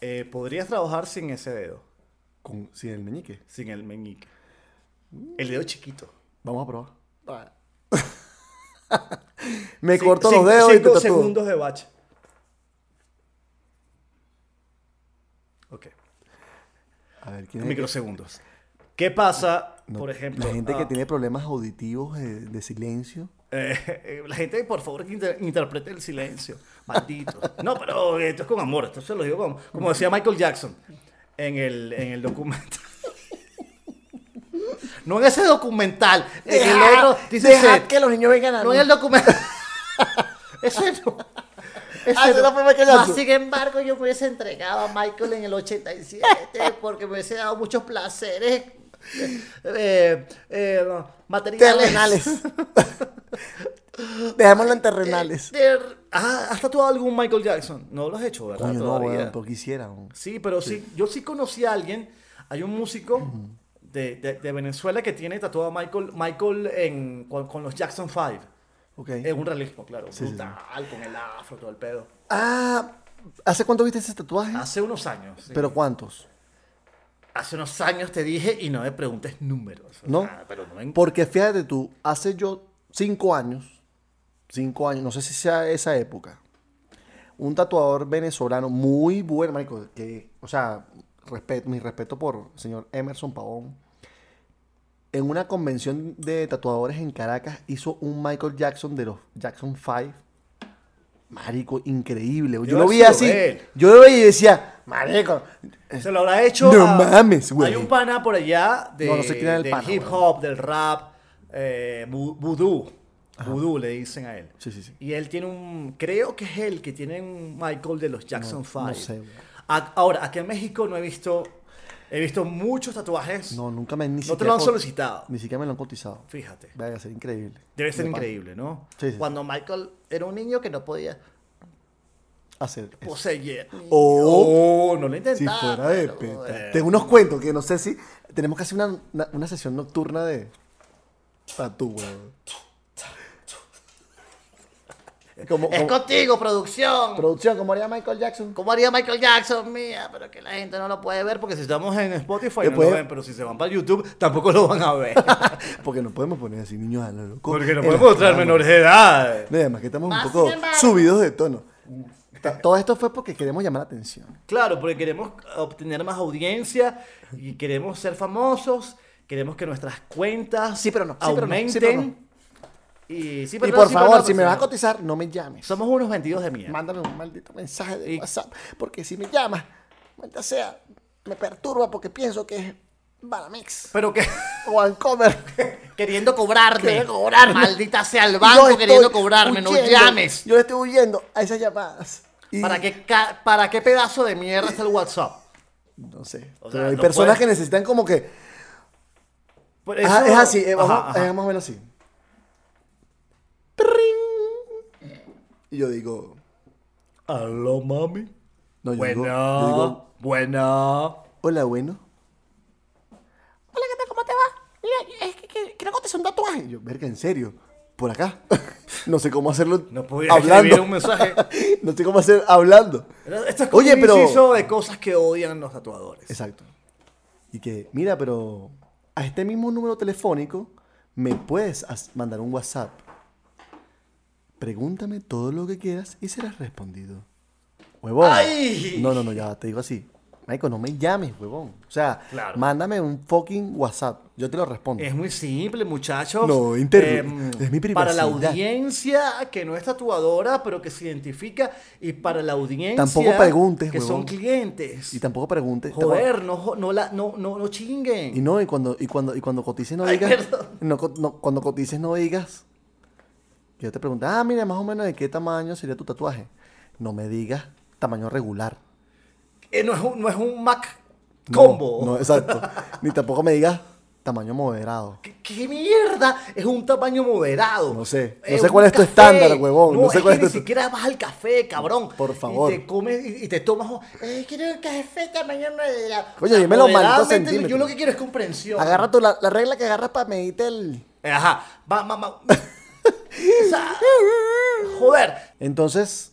eh, ¿podrías trabajar sin ese dedo? Con, sin el meñique. Sin el meñique. El dedo chiquito. Vamos a probar. me Cin- corto cin- los dedos y te cinco tatúo. segundos de bache. Ok. A ver, ¿quién es el que- Microsegundos. ¿Qué pasa, No, por ejemplo? La gente que ah, tiene problemas auditivos eh, de silencio. Eh, la gente, por favor, que inter- interprete el silencio. Maldito. No, pero esto es con amor. Esto se lo digo como, como decía Michael Jackson en el, en el documento. No en ese documental. En el otro. Dice dejad que los niños vengan a No en el documento. Ese no. Ese Ah, esa no. fue Michael Mas, Jackson. sin embargo, yo me hubiese entregado a Michael en el 87 porque me hubiese dado muchos placeres eh, eh, no, materiales. terrenales. Dejémoslo en terrenales. ter- Ah, ¿Has tatuado algún Michael Jackson? No lo has hecho, ¿verdad? Coño, no, eh, Todavía. weón, pero quisiera. weón. Sí, pero sí. yo sí conocí a alguien, hay un músico de, de- de Venezuela que tiene tatuado a Michael, Michael en, con, con los Jackson 5. Ok. Es un realismo, claro, sí, sí. brutal, con el afro, todo el pedo. Ah, ¿hace cuánto viste ese tatuaje? Hace unos años, Ah, sí. ¿Pero cuántos? hace unos años te dije y no me preguntes números. o ¿No? sea, Ah, pero no me- Porque fíjate tú, hace yo cinco años, cinco años, no sé si sea esa época, un tatuador venezolano muy bueno, marico, que, o sea, respeto, mi respeto por el señor Emerson Pavón, en una convención de tatuadores en Caracas hizo un Michael Jackson de los Jackson 5. Marico, increíble. Yo Debe lo haber vi sido así. él. Yo lo veía y decía, marico, Se lo habrá hecho. Eh, No a- mames, güey. Hay un pana por allá de, No, no sé quién era el del pana, hip güey. hop, del rap, eh, bu- vudú. Vudú le dicen a él. Sí, sí, sí. Y él tiene un. Creo que es él que tiene un Michael de los Jackson Five. no sé, güey. A- Ahora, aquí en México no he visto. He visto muchos tatuajes. no, nunca me ni No te siquiera lo han co- solicitado. Ni siquiera me lo han cotizado. Fíjate. Verga, sería increíble. Debe ser De pan. increíble, ¿no? Sí, sí. Cuando Michael era un niño que no podía Hacer eso. Poseer. O Oh, no lo he si intentado. fuera de peta. Tengo unos cuentos que no sé si. Tenemos que hacer una, una, una sesión nocturna de. Tatú, weón. Como, Es como- contigo, producción. producción, como haría Michael Jackson. ¿Cómo haría Michael Jackson? Mía, pero que la gente no lo puede ver porque si estamos en Spotify no Después- lo ven, pero si se van para YouTube tampoco lo van a ver. Porque no podemos poner así niños a lo loco. porque no en podemos las mostrar cámaras. menores de edad. No, y además que estamos un Más poco sin embargo- subidos de tono. Ta- Todo esto fue porque queremos llamar la atención. Claro, porque queremos obtener más audiencia y queremos ser famosos, queremos que nuestras cuentas Sí, pero no, sí, pero no, aumenten. sí, pero no. Y, sí, y pero no, por sí, pero favor, no, si me pero vas a sí. cotizar, no me llames. Somos unos vendidos de mierda. Mándame un maldito mensaje de Y- WhatsApp. Porque si me llamas, maldita sea, me perturba porque pienso que es Banamex Pero que o Ancomer. queriendo cobrarme. Queriendo cobrarme. Maldita sea el Yo banco estoy queriendo cobrarme, no huyendo, llames. Yo le estoy huyendo a esas llamadas. Y- ¿Para qué, ca- ¿Para qué pedazo de mierda está el WhatsApp? No sé. O pero sea, hay no personas puedes- que necesitan como que. Por Ajá, eso- es así, eh, vamos- Ajá, ajá. es más o menos así. Prring. Y yo digo. Aló, mami. No, yo Bueno, digo, yo digo, bueno. Hola, bueno. Hola, ¿qué tal? ¿Cómo te va? Mira, es que, que creo que te hice un tatuaje. Y yo, verga, en serio. Por acá. no sé cómo hacerlo. No podía escribir un mensaje. no sé cómo hacer hablando. Esto es como Oye, un pero- inciso de cosas que odian los tatuadores. Exacto. Y que, mira, pero a este mismo número telefónico me puedes as- mandar un WhatsApp. Pregúntame todo lo que quieras y serás respondido. Huevón. ¡Ay! No, no, no, ya te digo así. Marico, no me llames, huevón. O sea, Claro. mándame un fucking WhatsApp. Yo te lo respondo. Es muy simple, muchachos. No, interno. Em, Es mi Para la privacidad. audiencia que no es tatuadora, pero que se identifica. Y para la audiencia. Tampoco preguntes, Que son huevón. clientes. Y tampoco preguntes. Joder, no, jo- no, la, no, no, no chinguen. Y no, y cuando, y cuando, y cuando cotices no Ay, digas. perdón. no co- no, cuando cotices no digas. Yo te pregunto, ah, mira, más o menos de qué tamaño sería tu tatuaje. No me digas tamaño regular. Eh, no, es un, no es un Mac No, combo. No, exacto. Ni tampoco me digas tamaño moderado. ¿Qué, qué mierda? Es un tamaño moderado. No sé. No Eh, sé un cuál es tu café. estándar, huevón. No sé es cuál que es tu- Ni siquiera vas al café, cabrón. Por favor. Y te comes y, y te tomas. Eh, quiero un café tamaño media. Oye, dímelo mal, dos Moderadamente, centímetros. Yo lo que quiero es comprensión. Agarra tú la, la regla que agarras para medirte el. Eh, Ajá. Va, va, va. O sea, joder. Entonces,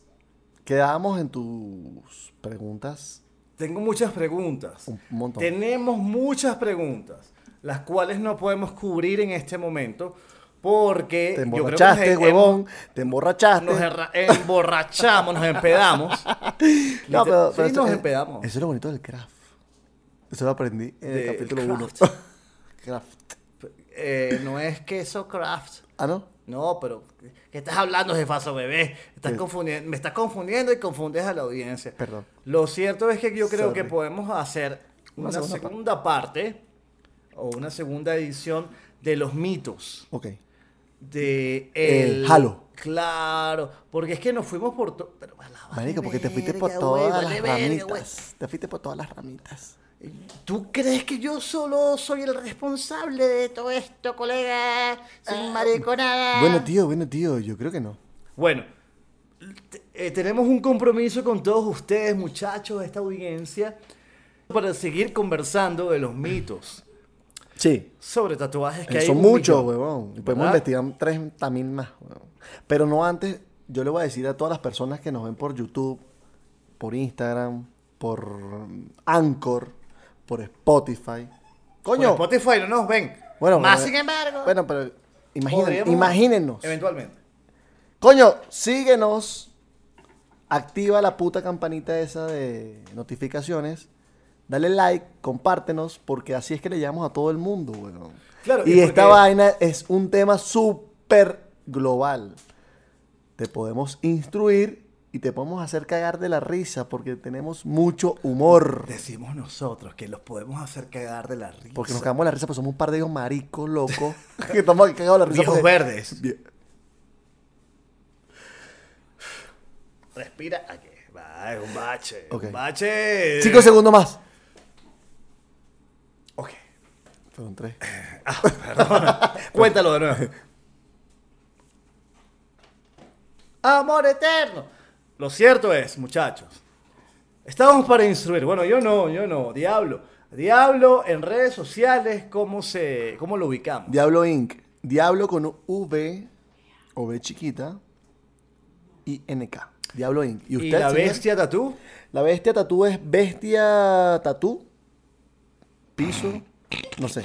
quedamos en tus preguntas. Tengo muchas preguntas. Un montón. Tenemos muchas preguntas, las cuales no podemos cubrir en este momento porque Te Eh, yo creo que nos emborrachaste, hemos- huevón. Te emborrachaste. Nos erra- emborrachamos, nos empedamos. No, pero, Sí, pero nos es- empedamos. Eso es lo bonito del craft. Eso lo aprendí en el Del capítulo 1. craft. craft. Eh, no es queso craft. Ah, ¿no? No, pero ¿qué estás hablando, jefazo bebé? Estás ¿Qué? confundiendo, me estás confundiendo y confundes a la audiencia. Perdón. Lo cierto es que yo creo Sorry. que podemos hacer Una una, segunda segunda, parte. parte o una segunda edición de los mitos Ok. de El el Halo. Claro, porque es que nos fuimos por todo. Pero a la Marico, porque te fuiste verga, por güey, todas vale las verga, güey. ramitas. Te fuiste por todas las ramitas. ¿Tú crees que yo solo soy el responsable de todo esto, colega? Sin mariconada. Bueno, tío, bueno, tío, yo creo que no. Bueno, te- eh, tenemos un compromiso con todos ustedes, muchachos, de esta audiencia, para seguir conversando de los mitos Sí. sobre tatuajes que hay. Son un muchos, millón. huevón. Y podemos ¿Verdad? investigar 30 mil más, huevón. Pero no antes, yo le voy a decir a todas las personas que nos ven por YouTube, por Instagram, por um, Anchor, por Spotify. Coño, Coño, Spotify no nos ven. Bueno, Más bueno, sin embargo, Bueno, pero imaginen- podríamos- imagínennos. Eventualmente. Coño, síguenos. Activa la puta campanita esa de notificaciones. Dale like, compártenos, porque así es que le llamamos a todo el mundo, weón. Claro, y y esta porque- vaina es un tema súper global. Te podemos instruir y te podemos hacer cagar de la risa porque tenemos mucho humor. Decimos nosotros que los podemos hacer quedar de la risa. Porque nos cagamos de la risa, pues somos un par de viejos maricos locos que estamos aquí cagados de la risa. Viejos porque- verdes. Vie- Respira aquí. Va, es un bache. Ok. Un bache. Cinco segundos más. Ok. Fueron tres. Cuéntalo de nuevo. Amor eterno. Lo cierto es, muchachos. Estamos para instruir. Bueno, yo no, yo no. Diablo. Diablo en redes sociales, ¿cómo, se, cómo lo ubicamos? Diablo Inc. Diablo con V o V chiquita. I-N-K. Diablo Inc. ¿Y usted, la señor? bestia tatú? La bestia tatú es bestia tatú. Piso. No sé.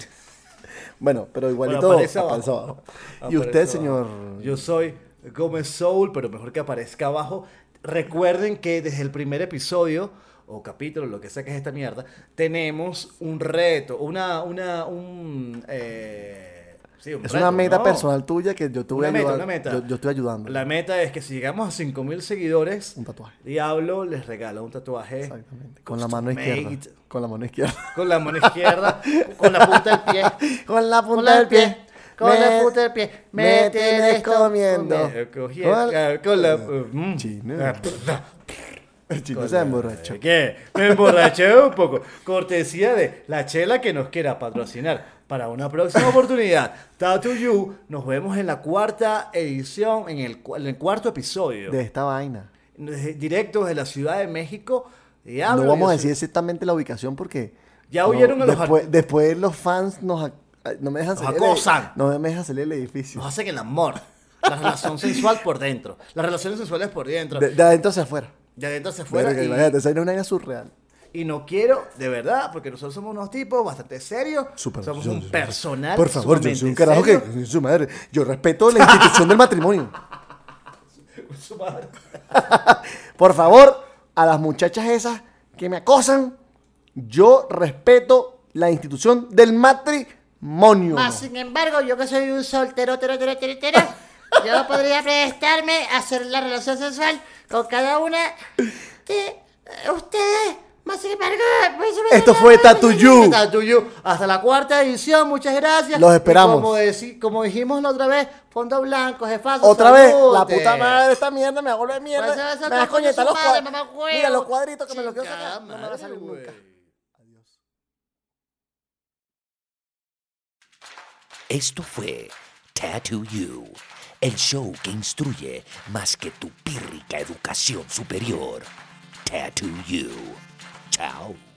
Bueno, pero igualito Bueno, aparece abajo. aparece abajo. Y Aparece usted, abajo. señor. Yo soy Gómez Soul, pero mejor que aparezca abajo. Recuerden que desde el primer episodio o capítulo, lo que sea que es esta mierda, tenemos un reto, una, una, un, eh, sí, un Es reto, una meta ¿no? personal tuya que yo te voy Una a meta, ayudar. una meta. Yo, yo estoy ayudando. La meta es que si llegamos a 5.000 seguidores, Un tatuaje. Diablo les regala un tatuaje. Exactamente. Con la mano izquierda. custom made, Con la mano izquierda. Con la mano izquierda, con la punta del pie. Con la punta del pie, con la punta del pie, Me, me tienes tienes comiendo. Eh, cogí- eh, con la... mm. Chino. Ah, El chino se emborrachó. ¿Qué? Me emborraché un poco. Cortesía de la chela que nos quiera patrocinar. Para una próxima oportunidad, Tattoo You, nos vemos en la cuarta edición, en el, cu- en el cuarto episodio. De esta vaina. Desde- Directo desde la Ciudad de México. Diablo, No vamos Ah, a yo soy- decir exactamente la ubicación porque. Ya no, huyeron a los después, después los fans nos. ac- ay, No me dejan Nos salir. del- acosan. No me dejan salir del edificio. Nos hacen el amor. La relación sensual por dentro. Las relaciones sensuales por dentro. De, de adentro hacia afuera. de adentro hacia afuera. Verga, y- imagínate, esa es una vaina surreal. Y no quiero, de verdad, porque nosotros somos unos tipos bastante serios. Súper, somos yo- un yo- personal. Por favor, yo soy un sumamente carajo serio. que. Su madre. Yo respeto la institución del matrimonio. Su madre. Por favor, a las muchachas esas que me acosan, yo respeto la institución del matrimonio. Más Ah, sin embargo, yo que soy un soltero, tero, tero, tero, tero, yo podría prestarme a hacer la relación sexual con cada una de eh, ustedes. Más sin embargo, pues, Esto fue Tattoo You. Tattoo You. Hasta la cuarta edición, muchas gracias. Los esperamos. Y como, decí- como dijimos la otra vez, fondo blanco, jefazo. Otra vez, la salute. puta madre de esta mierda me va a volver Pues se va a mierda. Me sacar va a coñetar los coño su madre, cuadritos. mamagüevo. Mira los cuadritos que me los quiero Chingada sacar. No me va a madre, salir güey. nunca. Esto fue Tattoo You, el show que instruye más que tu pírrica educación superior. Tattoo You. Chao.